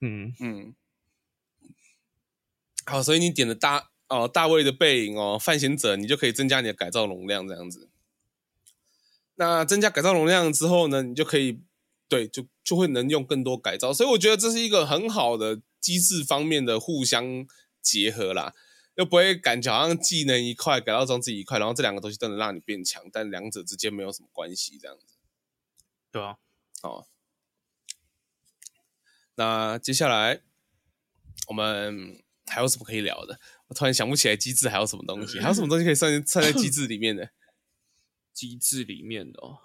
嗯，
嗯，好，所以你点了大哦大卫的背影哦，范闲者，你就可以增加你的改造容量这样子。那增加改造容量之后呢，你就可以对就就会能用更多改造，所以我觉得这是一个很好的机制方面的互相结合啦，又不会感觉好像技能一块改造装置一块，然后这两个东西都能让你变强，但两者之间没有什么关系这样子。
对啊，
哦，那接下来我们还有什么可以聊的？我突然想不起来机制还有什么东西，还有什么东西可以 算算在机制里面的？
机制里面的、哦，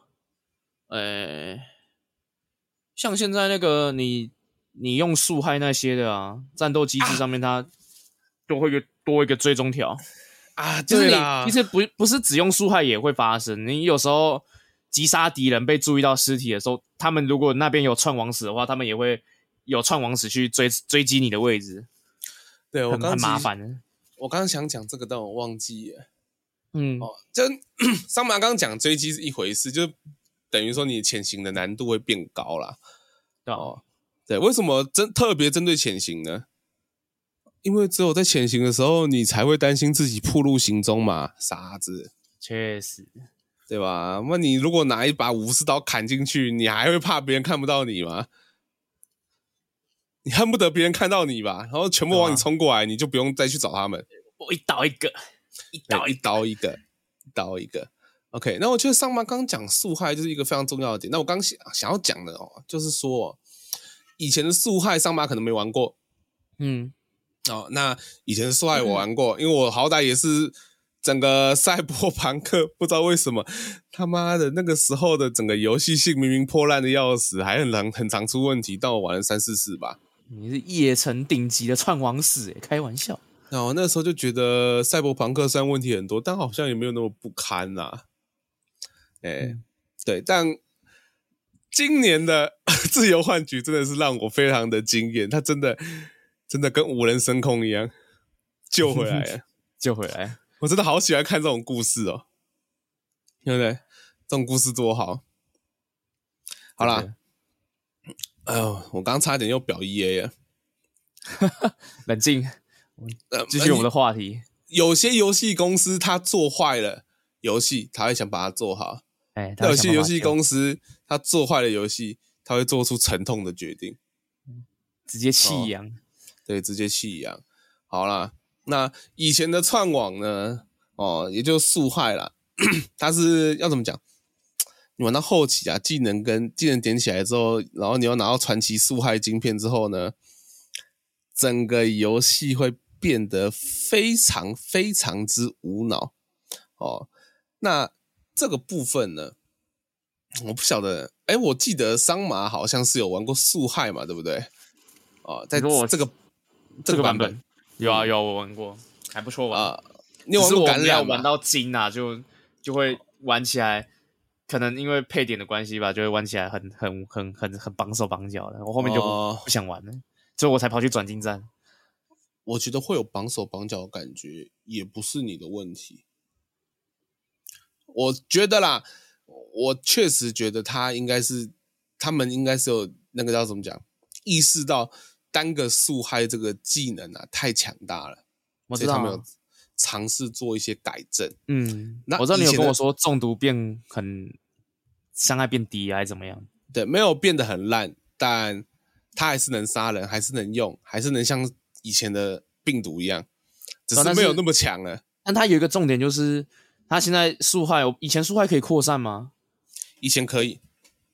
呃、像现在那个你你用树害那些的啊，战斗机制上面它多会一个多一个追踪条，
啊，
就是
对
你
啦
其，实不不是只用树害也会发生，你有时候击杀敌人被注意到尸体的时候，他们如果那边有串网史的话，他们也会有串网史去追追击你的位置，
对我
很
刚
很
其实
麻，烦的。
我刚刚想讲这个，但我忘记了。
嗯，
哦，就 桑麻刚刚讲追击是一回事，就等于说你潜行的难度会变高啦。
对啊吧？
哦，对，为什么针特别针对潜行呢？因为只有在潜行的时候，你才会担心自己暴露行踪嘛，傻子，
确实，
对吧？那你如果拿一把武士刀砍进去，你还会怕别人看不到你吗？你恨不得别人看到你吧，然后全部往你
对啊
冲过来，你就不用再去找他们。
我一倒一个，一
刀
倒
一
一
刀一个，一刀一个。OK，那我觉得上班刚刚讲速害就是一个非常重要的点。那我刚想想要讲的哦，就是说以前的速害上班可能没玩过
嗯，
哦。那以前的速害我玩过，因为我好歹也是整个 赛博朋克，不知道为什么他妈的那个时候的整个游戏性明明破烂的要死，还很常很常出问题，但我玩了三四次吧。
你是夜城顶级的串网史、欸，开玩笑。
那哦我那时候就觉得赛博朋克虽然问题很多，但啊好像也没有那么不堪呐、哎、
嗯
对，但今年的 自由幻局真的是让我非常的惊艳，它真的真的跟无人升空一样救回来了。
救回来。
我真的好喜欢看这种故事哦，对不对？这种故事多好。好啦，
对，
哎呦，我刚差点又表 E A 了。
冷静，
呃
继续我们的话题。
有些游戏公司它做坏了游戏，它会想把它做好；
哎，他
那
会
有
想
些
办法
游戏
救
公司它做坏了游戏，它会做出沉痛的决定，
直接
哦
弃养，
对，直接弃养。好啦，那以前的串网呢，哦，也就速害啦， 它是要怎么讲？你玩到后期啊，技能跟技能点起来之后，然后你要拿到传奇速害晶片之后呢，整个游戏会变得非常非常之无脑哦。那这个部分呢，我不晓得，哎，我记得桑麻好像是有玩过速害嘛，对不对？哦，在
你说我
这个
这个版
本
本有啊有啊，我玩过，还不错玩。
啊、你有玩
只是
过
我
橄
没有
榄
玩
吗？
到精啊，就就会玩起来，可能因为配点的关系吧，就会玩起来很很很很很绑手绑脚的。我后面就不,、
哦
不想玩了，所以我才跑去转进站。
我觉得会有绑手绑脚的感觉，也不是你的问题。我觉得啦，我确实觉得他应该是，他们应该是有那个叫怎么讲，意识到单个速嗨这个技能啊太强大了，
我
所
知
以
道
他们
啊
有，尝试做一些改正。
嗯，
那
我知道你有
以前
跟
的
我说中毒变很伤害变低啊还是怎么样？
对，没有变得很烂，但它还是能杀人，还是能用，还是能像以前的病毒一样，只
对啊
是
但
没有
是
那么强了。
但它有一个重点就是，它现在树害，以前树害可以扩散吗？
以前可以，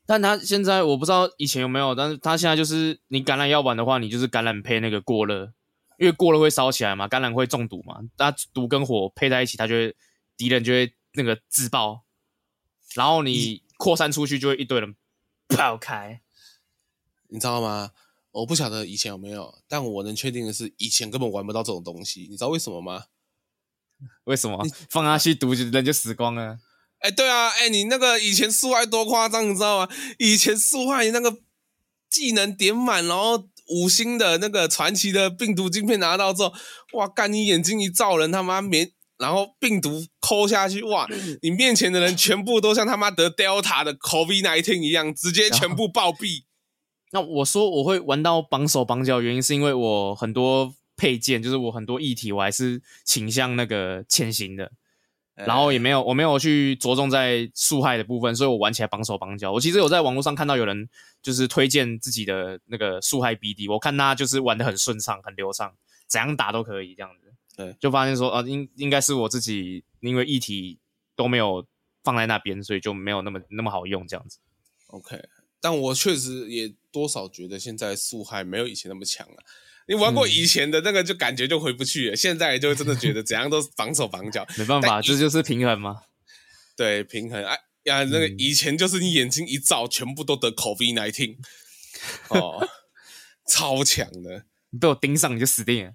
但它现在我不知道以前有没有，但是它现在就是你感染药丸的话，你就是感染配那个过热，因为过热会烧起来嘛，感染会中毒嘛，那毒跟火配在一起，它就会敌人就会那个自爆，然后你扩散出去就会一堆人爆开，
你知道吗？我不晓得以前有没有，但我能确定的是，以前根本玩不到这种东西。你知道为什么吗？
为什么放下去毒就人就死光了？
哎，对啊，哎，你那个以前速害多夸张，你知道吗？以前速害那个技能点满，然后五星的那个传奇的病毒晶片拿到之后，哇，干你眼睛一照人，他妈免，然后病毒抠下去，哇，你面前的人全部都像他妈得 Delta 的 COVID 19一样，直接全部暴毙。
那我说我会玩到绑手绑脚，原因是因为我很多配件，就是我很多议题，我还是倾向那个前行的，
嗯
然后也没有我没有去着重在树害的部分，所以我玩起来绑手绑脚。我其实有在网络上看到有人就是推荐自己的那个树害 BD，我看他就是玩的很顺畅、很流畅，怎样打都可以这样子。
对
就发现说啊，应应该是我自己因为议题都没有放在那边，所以就没有那么那么好用这样子。
OK，但我确实也多少觉得现在速害没有以前那么强了、你玩过
嗯
以前的那个，就感觉就回不去了。现在就真的觉得怎样都绑手绑脚，
没办
但
法，
一
这就是平衡嘛。
对平衡。哎、呀，那个
嗯
以前就是你眼睛一照，全部都得 COVID nineteen，哦，超强的。
你被我盯上你就死定了。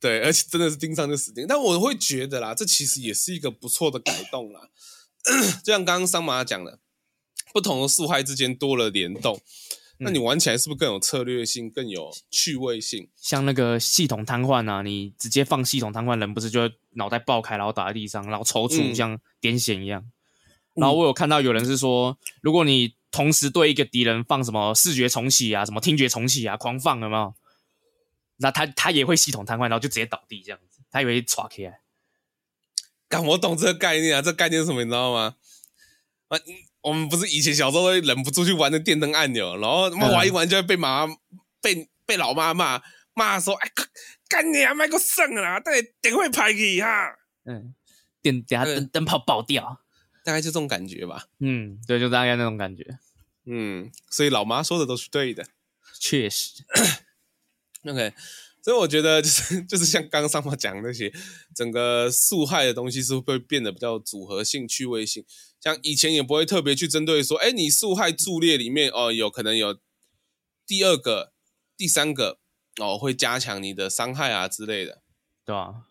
对，而且真的是盯上就死定。但我会觉得啦，这其实也是一个不错的改动啦。 就像刚刚桑麻讲的，不同的树害之间多了联动，那你玩起来是不是更有策略性、更有趣味性？
像那个系统瘫痪啊，你直接放系统瘫痪，人不是就会脑袋爆开，然后打在地上，然后抽搐，
嗯
像癫痫一样。然后我有看到有人是说，如果你同时对一个敌人放什么视觉重启啊、什么听觉重启啊，狂放有没有？那他他也会系统瘫痪，然后就直接倒地这样子，他以为垮开来。
干，我懂这个概念啊！这概念是什么，你知道吗？啊，嗯我们不是以前小时候会忍不住去玩那电灯按钮，然后他妈
嗯
玩一玩就会被妈妈、被被老妈骂骂说：“哎，干你啊，卖个剩啦，但点会拍你哈。
嗯，电等下
嗯
灯灯泡爆掉。”
大概就这种感觉吧。
嗯，对，就大概那种感觉，
嗯，所以老妈说的都是对的。
确实
OK，所以我觉得就是 就是像刚刚上面讲的那些，整个速害的东西是会变得比较组合性、趣味性。像以前也不会特别去针对说，哎，你速害柱列里面哦，有可能有第二个、第三个哦，会加强你的伤害啊之类的。
对吧？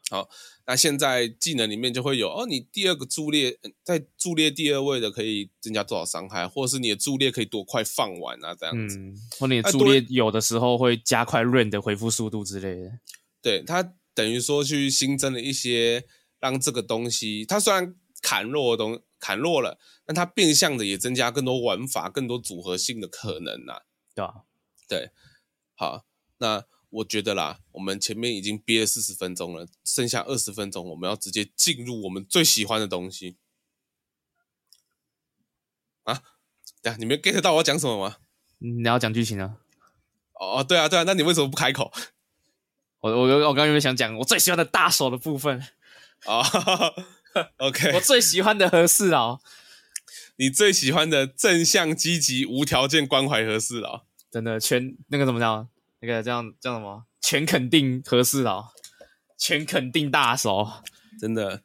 那现在技能里面就会有哦，你第二个柱列呃在柱列第二位的可以增加多少伤害，或者是你的柱列可以多快放完啊，这样子。
嗯，或者你
啊
的助
多
列有的时候会加快 run 的回复速度之类的。
对，它等于说去新增了一些让这个东西，它虽然砍弱的东砍弱了，但它变相的也增加更多玩法、更多组合性的可能啊。
对吧？
好，那我觉得啦，我们前面已经憋了四十分钟了，剩下二十分钟，我们要直接进入我们最喜欢的东西。啊，等下你没 get 到我要讲什么吗？
嗯你要讲剧情啊？
哦，哦对啊，对啊，那你为什么不开口？
我我我刚原本想讲我最喜欢的大手的 部分，
啊、o
我
k
最喜欢的和事佬，
你最喜欢的正向、积极、无条件关怀和事佬。
真的全那个怎么讲？那个叫叫什么？全肯定和事佬，全肯定大手。
真的。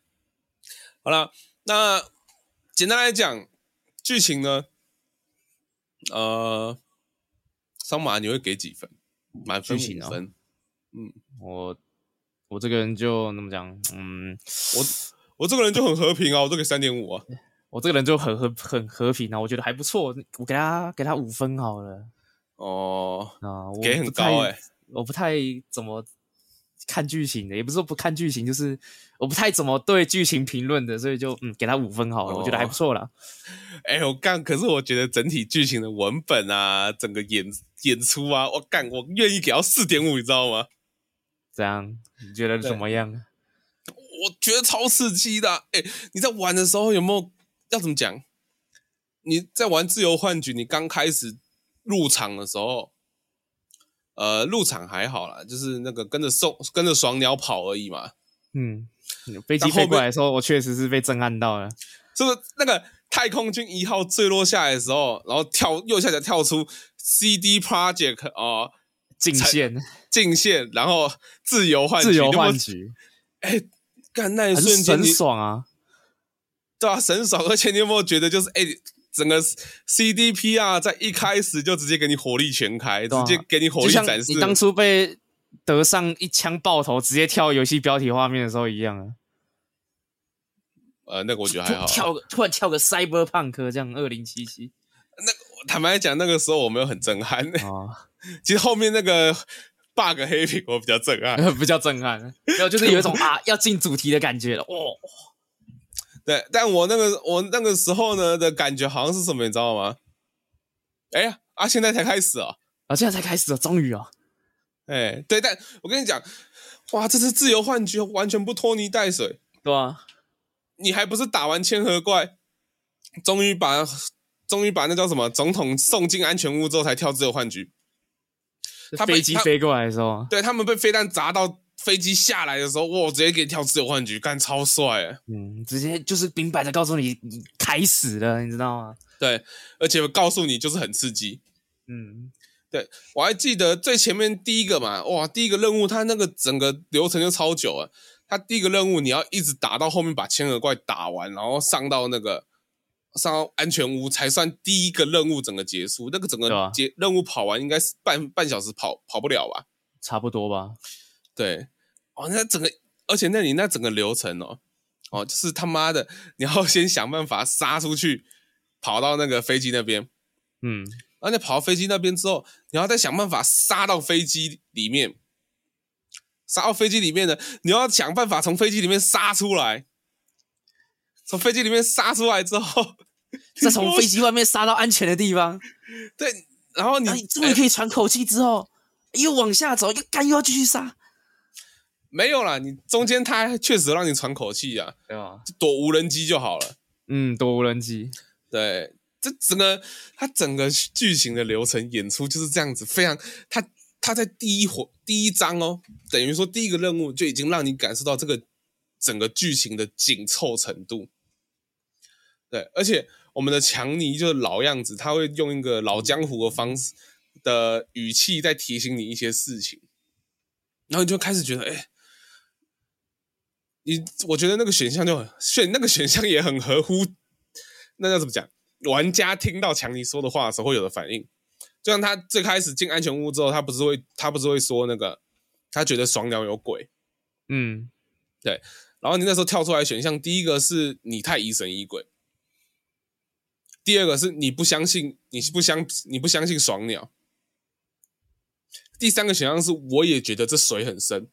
好了，那简单来讲，剧情呢，呃，桑麻你会给几分？满分
剧情
五
哦
分。
我我这个人就怎么讲？嗯，
我这个人就很和平啊，我都给三点五啊。
我这个人就很和很和平啊，我觉得还不错，我给他给他五分好了
哦，
啊，我
给很
不太
高欸
我不太怎么看剧情的，也不是说不看剧情，就是我不太怎么对剧情评论的，所以就嗯给他五分好了，我觉得还
哦
不错啦。
哎、我干，可是我觉得整体剧情的文本啊，整个演演出啊，我干，我愿意给到四点五，你知道吗？
怎样？你觉得
对
怎么样？
我觉得超刺激的、啊。哎、你在玩的时候有没有要怎么讲？你在玩自由幻局，你刚开始入场的时候，呃，入场还好啦，就是那个跟着送跟着爽鸟跑而已嘛。
嗯，飞
但
机
后
飞过
面
来的时候，我确实是被震撼到了。
是不是那个太空军一号坠落下来的时候，然后跳右下角跳出 CD Project 哦、
进线
进线，然后自由换
自由换
取，
局，
哎，干那一
很
瞬间
很
你
爽啊！
对啊，神爽，而且你有没有觉得就是哎，整个 CDP 啊，在一开始就直接给你火力全开，
对啊
直接给你火
就
力
像
展示
你，当初被德上一枪爆头，直接跳游戏标题画面的时候一样啊。
呃，那个我觉得还好。
跳个突然跳个 Cyberpunk 这样二零七七
坦白讲，那个时候我没有很震 撼，
啊，
其实后面那个 bug 黑屏我比较震撼。
比较震撼，没有就是有一种啊要进主题的感觉了哦。
对，但我那个我那个时候呢的感觉好像是什么，你知道吗？哎呀，啊，现在才开始哦。
啊，现在才开始啊，终于啊，
哎，对，但我跟你讲，哇，这次自由幻觉完全不拖泥带水，
对啊，
你还不是打完千和怪，终于把终于把那叫什么总统送进安全屋之后才跳自由幻局。他被
飞机
他
飞过来的时候啊，
对他们被飞弹砸到飞机下来的时候，哇，直接给你跳自由幻局，干超帅哎！
嗯，直接就是明摆着告诉你你开始了，你知道吗？
对，而且我告诉你就是很刺激。
嗯，
我还记得最前面第一个嘛，哇，第一个任务它那个整个流程就超久了。它第一个任务你要一直打到后面把千和怪打完，然后上到那个上到安全屋才算第一个任务整个结束。那个整
对
个
啊
结、任务跑完应该是半半小时跑跑不了吧？
差不多吧，
对，哦，那整个而且那你那整个流程哦，哦，就是他妈的你要先想办法杀出去，跑到那个飞机那边，
嗯，
然后你跑到飞机那边之后，你要再想办法杀到飞机里面，杀到飞机里面呢，你要想办法从飞机里面杀出来。从飞机里面杀出来之后，
再从飞机外面杀到安全的地 方，
对，然后你、
然后你终于
哎
可以喘口气之后，哎又往下走，又干又要继续杀，
没有啦，你中间他确实让你喘口气啊，
对吧？
就躲无人机就好了。
嗯，躲无人机，
对，这整个他整个剧情的流程演出就是这样子，非常他他在第一回第一章哦，等于说第一个任务就已经让你感受到这个整个剧情的紧凑程度。对，而且我们的强尼就是老样子，他会用一个老江湖的方式的语气在提醒你一些事情，然后你就开始觉得，哎。你我觉得那个选项就很选，那个选项也很合乎那要怎么讲？玩家听到强尼说的话的时候会有的反应，就像他最开始进安全屋之后，他不是会他不是会说那个他觉得爽鸟有鬼，
嗯
然后你那时候跳出来选项，第一个是你太疑神疑鬼，第二个是你不相信，你不相你不相信爽鸟，第三个选项是我也觉得这水很深。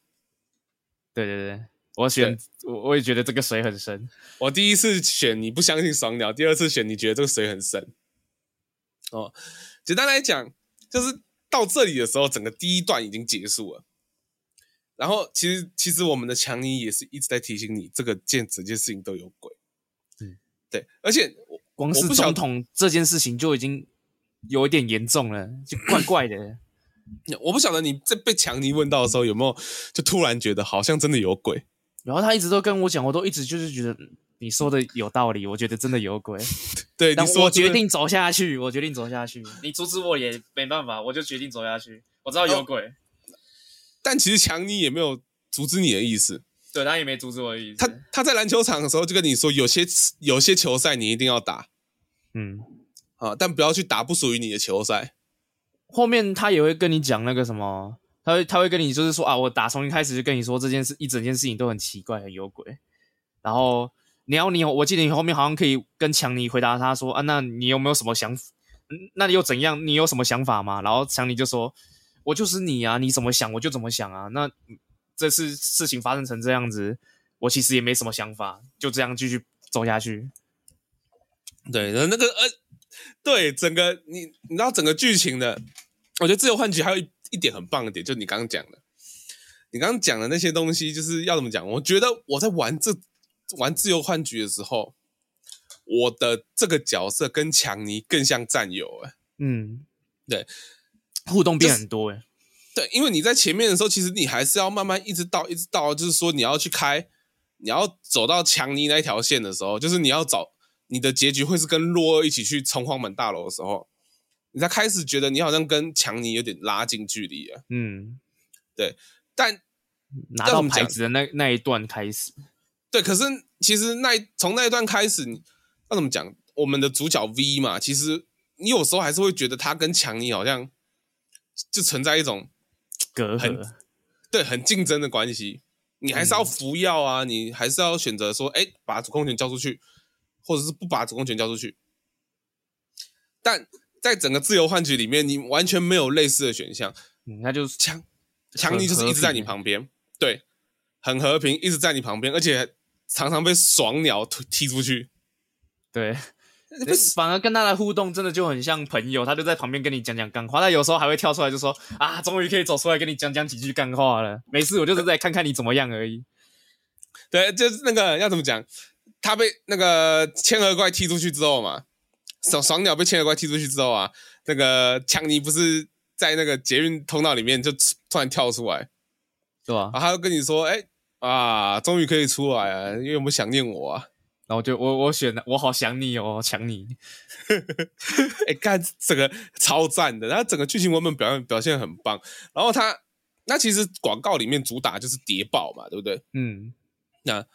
对对对，我选我我也觉得这个水很深。
我第一次选你不相信爽鸟，第二次选你觉得这个水很深。哦，简单来讲，就是到这里的时候，整个第一段已经结束了。然后，其实其实我们的强尼也是一直在提醒你，这个件整件事情都有鬼。
嗯，
对，而且我
光
我
是
不晓
总统这件事情就已经有一点严重了，就怪怪的。
我不晓得你在被强尼问到的时候，有没有就突然觉得好像真的有鬼。
然后他一直都跟我讲，我都一直就是觉得嗯你说的有道理，我觉得真的有鬼。
对，
但
你说
我
真的
决定走下去，我决定走下去，你阻止我也没办法，我就决定走下去。我知道有鬼，
但其实强尼也没有阻止你的意思。
对他也没阻止我的意思。
他他在篮球场的时候就跟你说，有些有些球赛你一定要打。
嗯，
啊，但不要去打不属于你的球赛。
后面他也会跟你讲那个什么，他会他会跟你就是说啊，我打从一开始就跟你说这件事，一整件事情都很奇怪，很有鬼。然后你要你有，我记得你后面好像可以跟强尼回答他说啊，那你有没有什么想，嗯那又怎样？你有什么想法吗？然后强尼就说，我就是你啊，你怎么想我就怎么想啊。那嗯这次事情发生成这样子，我其实也没什么想法，就这样继续走下去。
对，那那个呃，对，整个你你知道整个剧情的，我觉得自由幻觉还有一一点很棒的点，就你刚刚讲的，你刚刚讲的那些东西，就是要怎么讲？我觉得我在玩这玩自由幻觉的时候，我的这个角色跟强尼更像战友哎、
嗯，
对，
互动变
就是
很多诶、欸
对，因为你在前面的时候，其实你还是要慢慢一直到，一直到，就是说你要去开，你要走到强尼那一条线的时候，就是你要找你的结局会是跟洛二一起去冲荒门大楼的时候，你才开始觉得你好像跟强尼有点拉近距离了。
嗯，
但
拿
要
到
怎么
牌
讲
子的那那一段开始，
对，可是其实那一从那一段开始，你要怎么讲？我们的主角 V 嘛，其实你有时候还是会觉得他跟强尼好像就存在一种
隔
很
阂，
对很竞争的关系，你还是要服药啊，你还是要选择说，哎，把主控权交出去，或者是不把主控权交出去。但在整个自由幻觉里面，你完全没有类似的选项，
嗯，他就是
强强尼就是一直在你旁边，对，很和平，一直在你旁边，而且常常被爽鸟推踢出去，
对，
被
反而跟他的互动真的就很像朋友，他就在旁边跟你讲讲干话，他有时候还会跳出来就说啊，终于可以走出来跟你讲讲几句干话了，没事，我就是在看看你怎么样而已。
对，就是那个要怎么讲？他被那个千和怪踢出去之后嘛，爽爽鸟被千和怪踢出去之后啊，那个强尼不是在那个捷运通道里面就突然跳出来，
对吧、
然后他就跟你说：“哎、啊，终于可以出来啊，因为我们想念我啊。
然后就我我选我好想你哦，想你，
哎，干整个超赞的，他整个剧情文本表现表现很棒。然后他那其实广告里面主打就是谍报嘛，对不对？
嗯，
那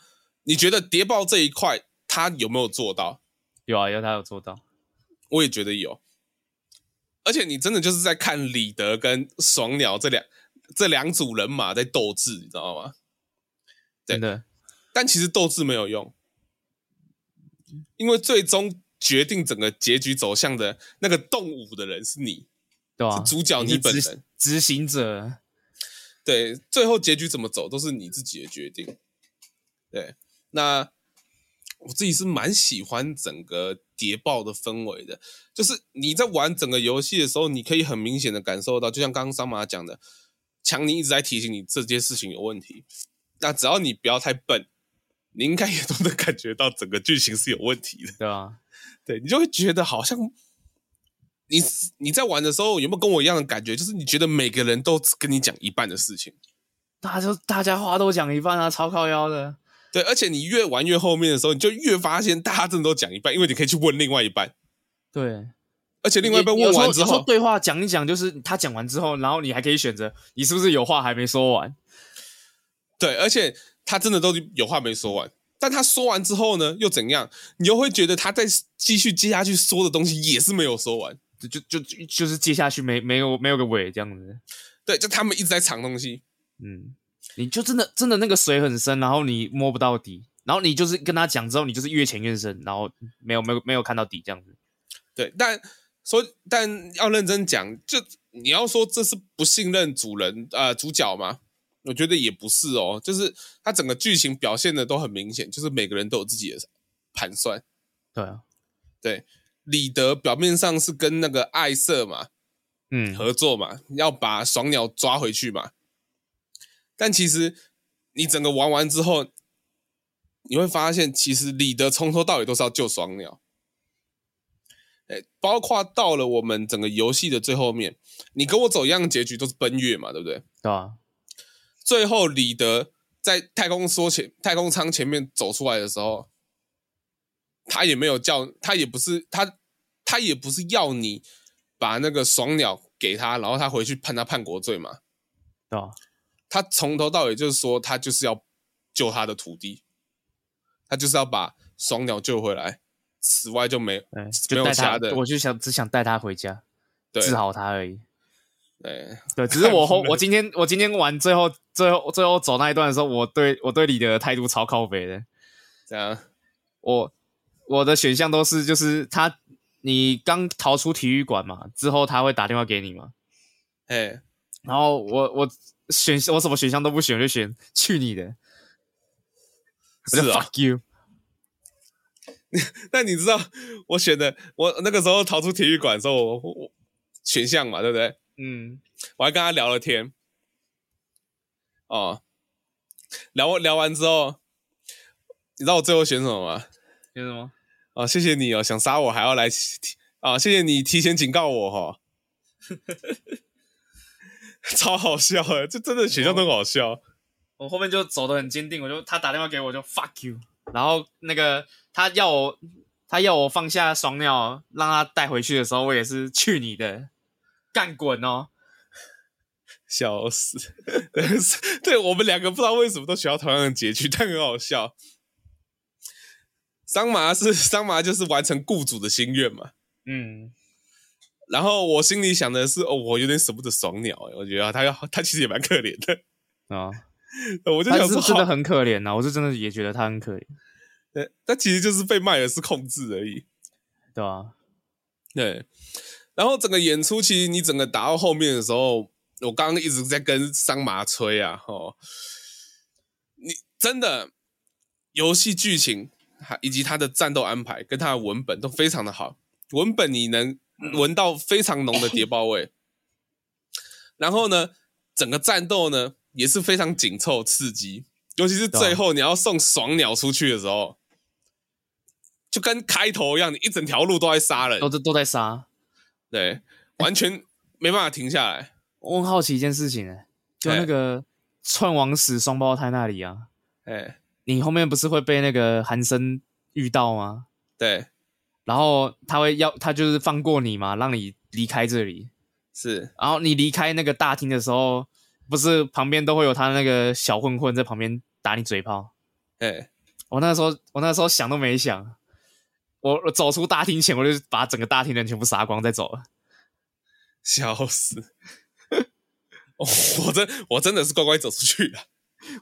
你觉得谍报这一块他有没有做到？
有啊，有他有做到，
我也觉得有。而且你真的就是在看李德跟爽鸟这两这两组人马在斗智，你知道吗？对
真的，
但其实斗智没有用，因为最终决定整个结局走向的那个动武的人是你，
对吧、
是主角你
你是
本
执
人。
执行者，
对，最后结局怎么走都是你自己的决定。对，那我自己是蛮喜欢整个谍报的氛围的，就是你在玩整个游戏的时候，你可以很明显的感受到，就像刚刚桑马讲的，强尼一直在提醒你这件事情有问题。那只要你不要太笨，你应该也都能感觉到整个剧情是有问题的。
对吧、
对你就会觉得好像你你在玩的时候有没有跟我一样的感觉？就是你觉得每个人都只跟你讲一半的事情。
大家大家话都讲一半啊，超靠腰的，
对，而且你越玩越后面的时候，你就越发现大家真的都讲一半，因为你可以去问另外一半，
对。
而且另外一半
有
问
时候
完之
有时候
后，
对话讲一讲，就是他讲完之后，然后你还可以选择你是不是有话还没说完。
对，而且他真的都有话没说完。但他说完之后呢，又怎样？你又会觉得他再继续接下去说的东西也是没有说完。
就就就就就是接下去没没有没有个尾这样子。
对，就他们一直在藏东西。
嗯，你就真的真的那个水很深，然后你摸不到底，然后你就是跟他讲之后，你就是越潜越深，然后没有没有没有看到底这样子。
对，但说但要认真讲，就你要说这是不信任主人呃主角吗？我觉得也不是哦，就是他整个剧情表现的都很明显，就是每个人都有自己的盘算。
对啊，
对，李德表面上是跟那个艾瑟嘛
嗯，
合作嘛，要把爽鸟抓回去嘛，但其实你整个玩完之后，你会发现，其实李德从头到尾都是要救爽鸟。哎，包括到了我们整个游戏的最后面，你跟我走一样的结局都是奔月嘛，对不对？
对啊，
最后李德在太空梭前太空舱前面走出来的时候，他也没有叫，他也不是他，他也不是要你把那个爽鸟给他，然后他回去判他叛国罪嘛。
对啊，
他从头到尾就是说，他就是要救他的土地，他就是要把爽鸟救回来，此外就没
对，
没
就
有
带
其
他
他的，
我就想只想带他回家，
对哎
治好他而已。
对
对，只是 我后
看不出来
我今天我今天玩最后最后最后走那一段的时候，我对我对你的态度超靠北的。
这样
我我的选项都是就是他，你刚逃出体育馆嘛，之后他会打电话给你嘛，
哎
然后我我选我什么选项都不选，我就选去你的，我
是
就
啊、
fuck you，
那你知道我选的我那个时候逃出体育馆的时候，我我我选项嘛，对不对？
嗯，
我还跟他聊了天。哦，聊聊完之后，你知道我最后选什么吗？
有什么？
哦，谢谢你哦，想杀我还要来啊、谢谢你提前警告我哦。 超好笑哎，这真的选项都很好笑。
我后面就走的很坚定，我就他打电话给我就 fuck you，然后那个他要我他要我放下爽鸟，让他带回去的时候，我也是去你的，干滚哦！
笑死！ 对我们两个不知道为什么都选到同样的结局，但很好笑。桑麻是桑麻，就是完成雇主的心愿嘛。
嗯，
然后我心里想的是，哦，我有点舍不得爽鸟、欸，我觉得他要他其实也蛮可怜的。
啊、
我就
他
想
是
说，
真的
好，
很可怜啊呐、我是真的也觉得他很可怜，
呃他其实就是被迈尔斯控制而已。
对啊吧、
对，然后整个演出，其实你整个打到后面的时候，我刚刚一直在跟桑麻吹啊，哦，你真的游戏剧情还以及它的战斗安排跟它的文本都非常的好，文本你能
嗯
闻到非常浓的谍报味，然后呢，整个战斗呢也是非常紧凑刺激，尤其是
对啊
最后你要送爽鸟出去的时候。就跟开头一样，你一整条路都在杀人，
都都在杀。
对，完全没办法停下来。
我很好奇一件事情、欸，就
哎
那个串王死双胞胎那里啊，
哎，
你后面不是会被那个韩生遇到吗？
对，
然后他会要他就是放过你嘛，让你离开这里。
是，
然后你离开那个大厅的时候，不是旁边都会有他那个小混混在旁边打你嘴炮。
哎，
我那时候我那时候想都没想，我我走出大厅前，我就把整个大厅人全部杀光再走了。
笑死！哦我真我真的是乖乖走出去了。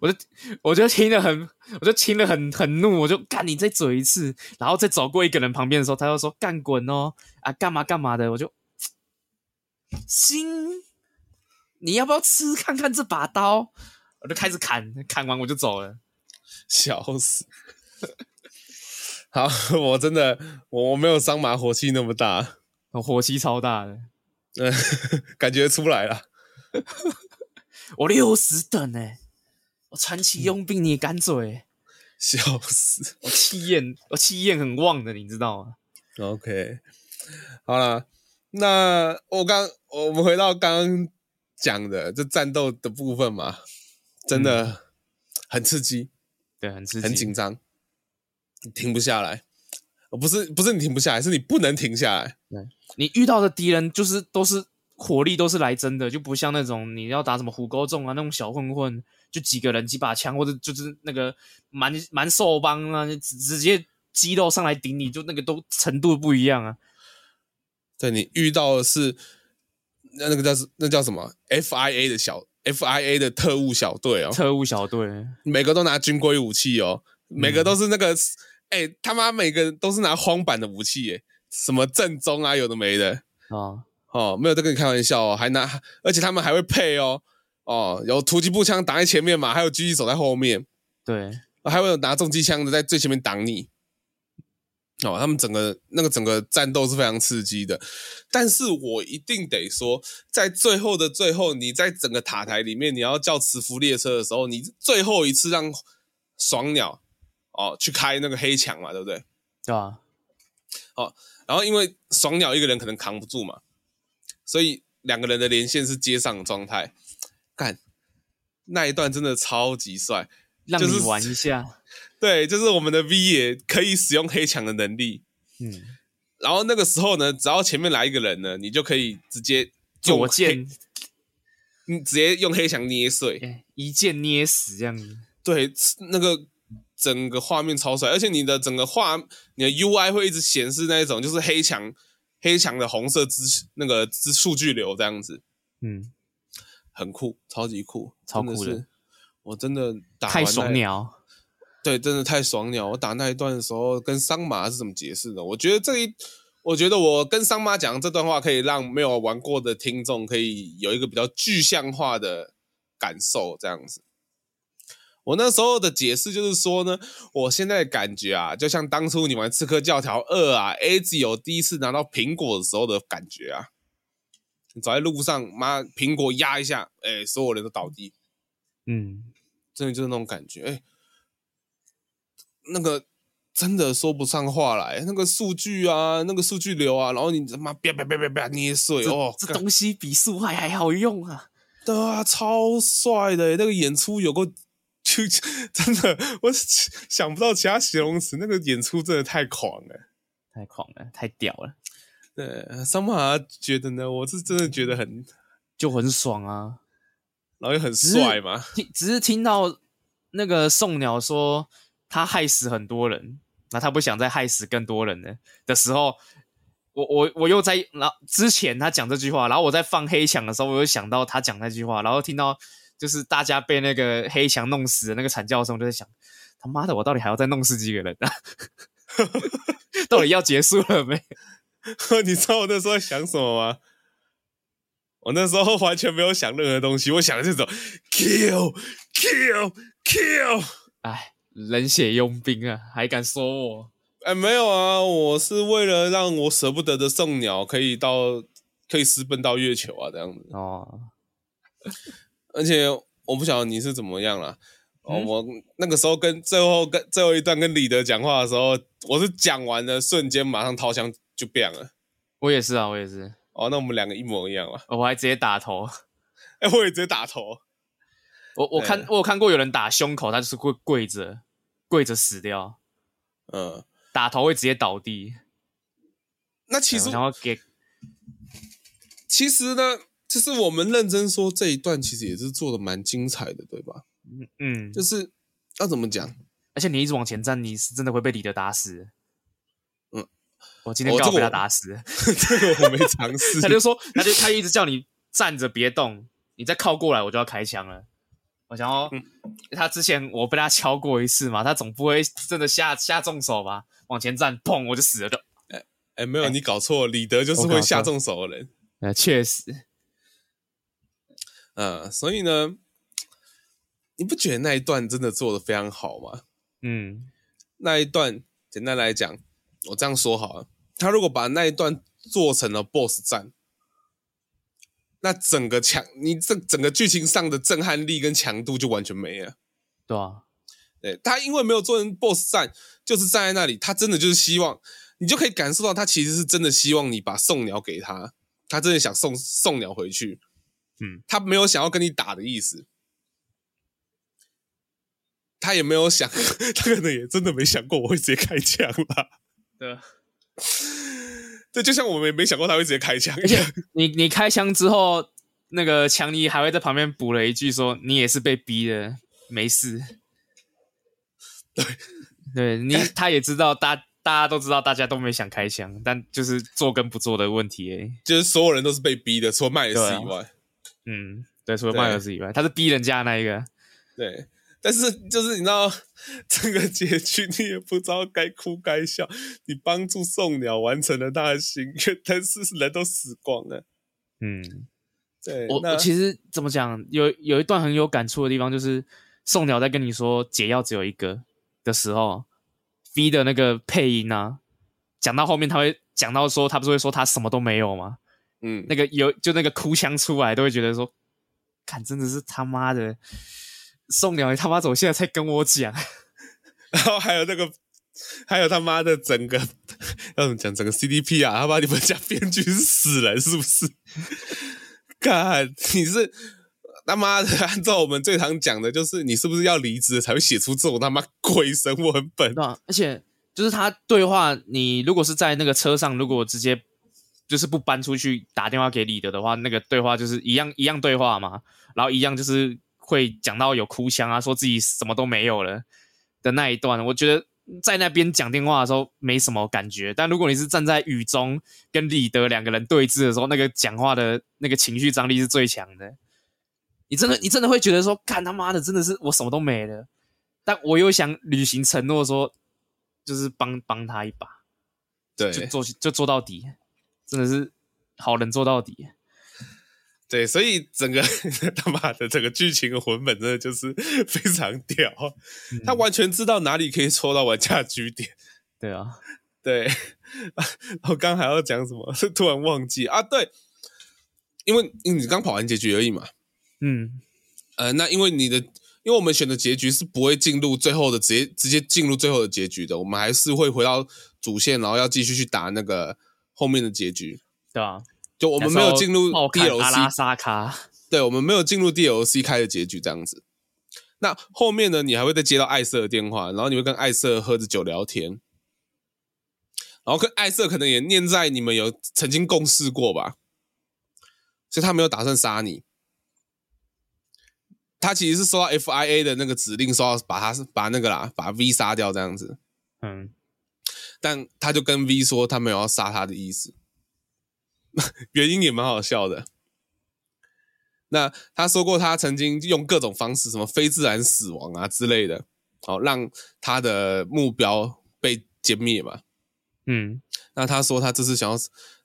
我就我就听得很，我就听得很很怒，我就干你再嘴一次，然后再走过一个人旁边的时候，他又说干滚哦啊干嘛干嘛的，我就心，你要不要吃看看这把刀？我就开始砍，砍完我就走了。
笑死！好，我真的我我没有桑麻火气那么大，
我火气超大的，
嗯，感觉出来了。
我六十等哎、我传奇佣兵你也敢嘴、
笑死
我气焰我气焰很旺的，你知道吗？
！OK，好了，那我刚我们回到刚刚讲的这战斗的部分嘛，真的很刺激。
对，很刺激，
很紧张，你停不下来。呃不是不是你停不下来，是你不能停下来。
你遇到的敌人就是都是火力都是来真的，就不像那种你要打什么虎沟众啊那种小混混，就几个人几把枪，或者就是那个蛮蛮兽帮啊，就直直接肌肉上来顶你，就那个都程度不一 样啊。
对你遇到的是那那个叫是那叫什么 FIA 的小 FIA 的特务小队哦，
特务小队，
每个都拿军规武器哦，每个都是那个，哎、他妈每个都是拿荒版的武器耶，什么正宗啊，有的没的
啊，
哦，没有在跟你开玩笑哦，还拿，而且他们还会配哦，哦，有突击步枪挡在前面嘛，还有狙击手在后面，
对，
还会有拿重机枪的在最前面挡你。哦，他们整个那个整个战斗是非常刺激的，但是我一定得说，在最后的最后，你在整个塔台里面，你要叫磁浮列车的时候，你最后一次让爽鸟哦去开那个黑墙嘛，对不对？
对啊吧？
然后因为爽鸟一个人可能扛不住嘛，所以两个人的连线是接上的状态。干那一段真的超级帅，
让
就是
你玩一下，
对，就是我们的 V 也可以使用黑墙的能力。
嗯，
然后那个时候呢，只要前面来一个人呢，你就可以直接用
左
黑，
键
你直接用黑墙捏碎。
哎一键捏死这样子，
对，那个整个画面超帅，而且你的整个画，你的 UI 会一直显示那一种就是黑墙黑墙的红色资那个资数据流这样子，
嗯，
很酷，超级酷，
超酷的
真的是。我真的打完
太
那
爽鸟，
对，真的太爽鸟！我打那一段的时候，跟桑麻是怎么解释的？我觉得这一，我觉得我跟桑麻讲这段话，可以让没有玩过的听众可以有一个比较具象化的感受，这样子。我那时候的解释就是说呢，我现在的感觉啊，就像当初你玩《刺客教条二》啊，A 级有第一次拿到苹果的时候的感觉啊。你走在路上，妈，苹果压一下，哎、所有人都倒地，
嗯，
真的就是那种感觉，哎、那个真的说不上话来，那个数据啊，那个数据流啊，然后你他妈啪啪啪啪啪捏碎哦，
这
干
东西比速害还好用啊，
对啊，超帅的，那个演出有够，就真的我想不到其他形容词，那个演出真的太狂了。
太狂了，太屌了，
对，桑马觉得呢，我是真的觉得很，
就很爽啊。
然后又很帅嘛，
听只是听到那个宋鸟说他害死很多人，那他不想再害死更多人了的时候，我我我又在然后之前他讲这句话，然后我在放黑墙的时候，我又想到他讲那句话，然后听到就是大家被那个黑墙弄死的那个惨叫声，我就在想他妈的，我到底还要再弄死几个人啊？ 到底要结束了没？
你知道我那时候在想什么吗？我那时候完全没有想任何东西，我想的是这种 kill kill kill。
哎，冷血佣兵啊，还敢说我？
哎，没有啊，我是为了让我舍不得的送鸟可以到可以私奔到月球啊，这样子。
哦，
而且我不晓得你是怎么样啦。哦，
嗯
我那个时候跟最后跟最后一段跟李德讲话的时候，我是讲完了瞬间马上掏枪就变了。
我也是啊，我也是，哦
哦，那我们两个一模一样啊！
我还直接打头。
哎，我也直接打头。
我我看
对
我有看过有人打胸口，他就是跪跪着跪着死掉，
嗯，
打头会直接倒地。
那其实
然后给
其实呢，就是我们认真说这一段，其实也是做的蛮精彩的，对吧？
嗯，
就是要怎么讲？
而且你一直往前站，你是真的会被李德打死。
嗯，
我今天
哦
刚好
这个
被他
我
打死，
这个我没尝试
他。就说，他就他一直叫你站着别动，你再靠过来我就要开枪了。我想要，
嗯
他之前我被他敲过一次嘛，他总不会真的下下重手吧？往前站，砰，我就死了，就
哎，没有，你搞错，李德就是会下重手的人。
呃，确实，
嗯，所以呢，你不觉得那一段真的做的非常好吗？
嗯，
那一段简单来讲，我这样说好了，他如果把那一段做成了 BOSS 战，那整个强，你这整个剧情上的震撼力跟强度就完全没了。
对啊，
对他，因为没有做成 BOSS 战，就是站在那里，他真的就是希望你就可以感受到，他其实是真的希望你把送鸟给他，他真的想送送鸟回去，
嗯，
他没有想要跟你打的意思，他也没有想， 他可能也真的没想过我会直接开枪啦。
对。
对，就像我们也没想过他会直接开枪
而
一
且
样，
你你开枪之后，那个强尼还会在旁边补了一句说：“你也是被逼的，没事。对”你他也知道大大家都知道大家都没想开枪，但就是做跟不做的问题而已。啊
就是所有人都是被逼的，除了麦尔斯以外。
嗯，对，除了
对
迈尔斯以外，他是逼人家的那一个。
对，但是就是你知道这个结局，你也不知道该哭该笑。你帮助送鸟完成了他的心愿，但是人都死光了。
嗯，
对，
我
那
我其实怎么讲，有有一段很有感触的地方，就是宋鸟在跟你说解药只有一个的时候，V 的那个配音啊，讲到后面他会讲到说，他不是会说他什么都没有吗？
嗯，
那个有就那个哭腔出来，都会觉得说，看真的是他妈的宋鸟，你他妈怎么现在才跟我讲？
然后还有那个，还有他妈的整个要怎么讲，整个 CDP 啊，他妈你们家编剧是死人是不是？干，你是他妈的，按照我们最常讲的，就是你是不是要离职才会写出这种他妈鬼神文本？
对、啊，而且就是他对话，你如果是在那个车上，如果直接就是不搬出去打电话给李德的话，那个对话就是一样一样对话嘛，然后一样就是会讲到有哭腔啊，说自己什么都没有了的那一段，我觉得。在那边讲电话的时候没什么感觉，但如果你是站在雨中跟李德两个人对峙的时候，那个讲话的那个情绪张力是最强的。你真的你真的会觉得说，干他妈的，真的是我什么都没了，但我又想履行承诺说，就是帮帮他一把，
对，
就做就做到底，真的是好人做到底。
对，所以整个 他妈的整个剧情的文本真的就是 非常屌，
嗯
他完全知道哪里可以抽到玩家的据点。
对啊，
对， 我刚还要讲什么，突然忘记啊。对，因为你刚跑完结局而已嘛。
嗯，
呃，那因为你的，因为我们选的结局是不会进入最后的，直接直接进入最后的结局的，我们还是会回到主线，然后要继续去打那个后面的结局。
对啊，
就我们没有进入
暴砍阿拉
DLC，
萨卡，
对，我们没有进入 DLC 开的结局这样子。那后面呢，你还会再接到艾瑟的电话，然后你会跟艾瑟喝着酒聊天，然后跟艾瑟可能也念在你们有曾经共事过吧，所以他没有打算杀你。他其实是收到 FIA 的那个指令，说要把他把那个啦，把 V 杀掉这样子，
嗯，
但他就跟 V 说他没有要杀他的意思， 原因也蛮好笑的。那他说过，他曾经用各种方式，什么非自然死亡啊之类的，好、让他的目标被歼灭嘛。
嗯，
那他说他这次想要，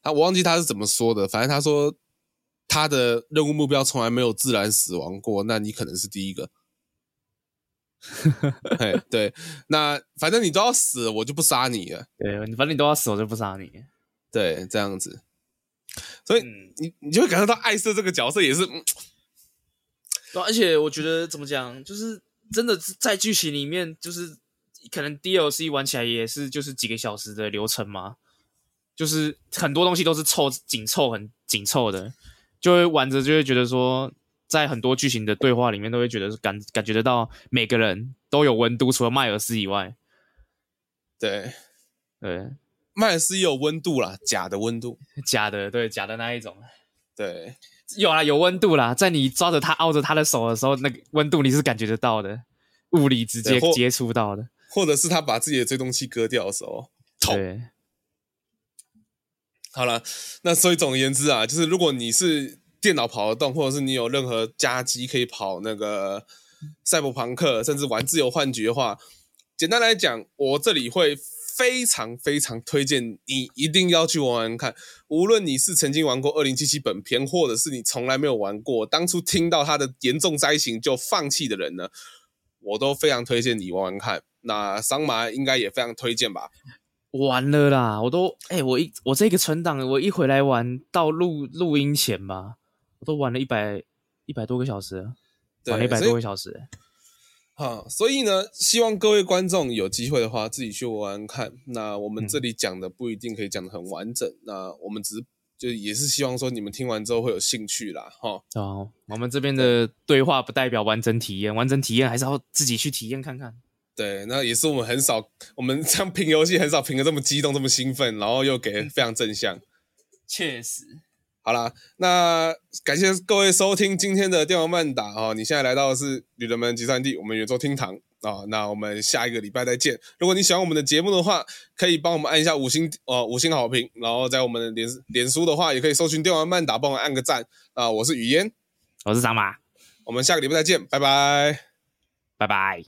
他我忘记他是怎么说的，反正他说他的任务目标从来没有自然死亡过，那你可能是第一个。嘿，对，那反正你都要死了，我就不杀你了。
对，反正你都要死，我就不杀你。
对，这样子，所以、
嗯
你你就会感受到艾瑟这个角色也是，嗯
对啊、而且我觉得怎么讲，就是真的是在剧情里面，就是可能 DLC 玩起来也是就是几个小时的流程嘛，就是很多东西都是凑紧凑很紧凑的，就会玩着就会觉得说，在很多剧情的对话里面都会觉得感感觉得到每个人都有温度，除了迈尔斯以外，
对，
对，
迈尔斯也有温度啦，假的温度，
假的对假的那一种。
对
有啦，有温度啦，在你抓着他、握着他的手的时候，那个温度你是感觉得到的，物理直
对
接
或
接触到的。
或者是他把自己的追踪器割掉的时候，痛。
对，
好了，那所以总而言之啊，就是如果你是电脑跑得动，或者是你有任何家机可以跑那个赛博朋克，甚至玩自由幻觉的话，简单来讲，我这里会非常非常推荐你一定要去玩玩看。无论你是曾经玩过二零七七本片，或者是你从来没有玩过，当初听到它的严重灾情就放弃的人呢，我都非常推荐你玩玩看。那桑麻应该也非常推荐吧？
完了啦！我都哎、我一我这个存档，我一回来玩到录录音前吧，我都玩了一百一百多个小时了，
对
玩了一百
所以
多个小时。
好，所以呢，希望各位观众有机会的话，自己去玩玩看。那我们这里讲的不一定可以讲的很完整，那我们只是就也是希望说你们听完之后会有兴趣啦，哈。
哦，我们这边的对话不代表完整体验，完整体验还是要自己去体验看看。
对，那也是我们很少，我们这样评游戏很少评的这么激动、这么兴奋，然后又给非常正向。
确实，
好啦，那感谢各位收听今天的电玩漫打哦。你现在来到的是旅人们集散地，我们圆桌厅堂啊、哦。那我们下一个礼拜再见。如果你喜欢我们的节目的话，可以帮我们按一下五星哦、五星好评，然后在我们的脸脸书的话，也可以搜寻电玩漫打，帮我按个赞啊、我是雨嫣，
我是张马，
我们下个礼拜再见，拜拜。
拜拜。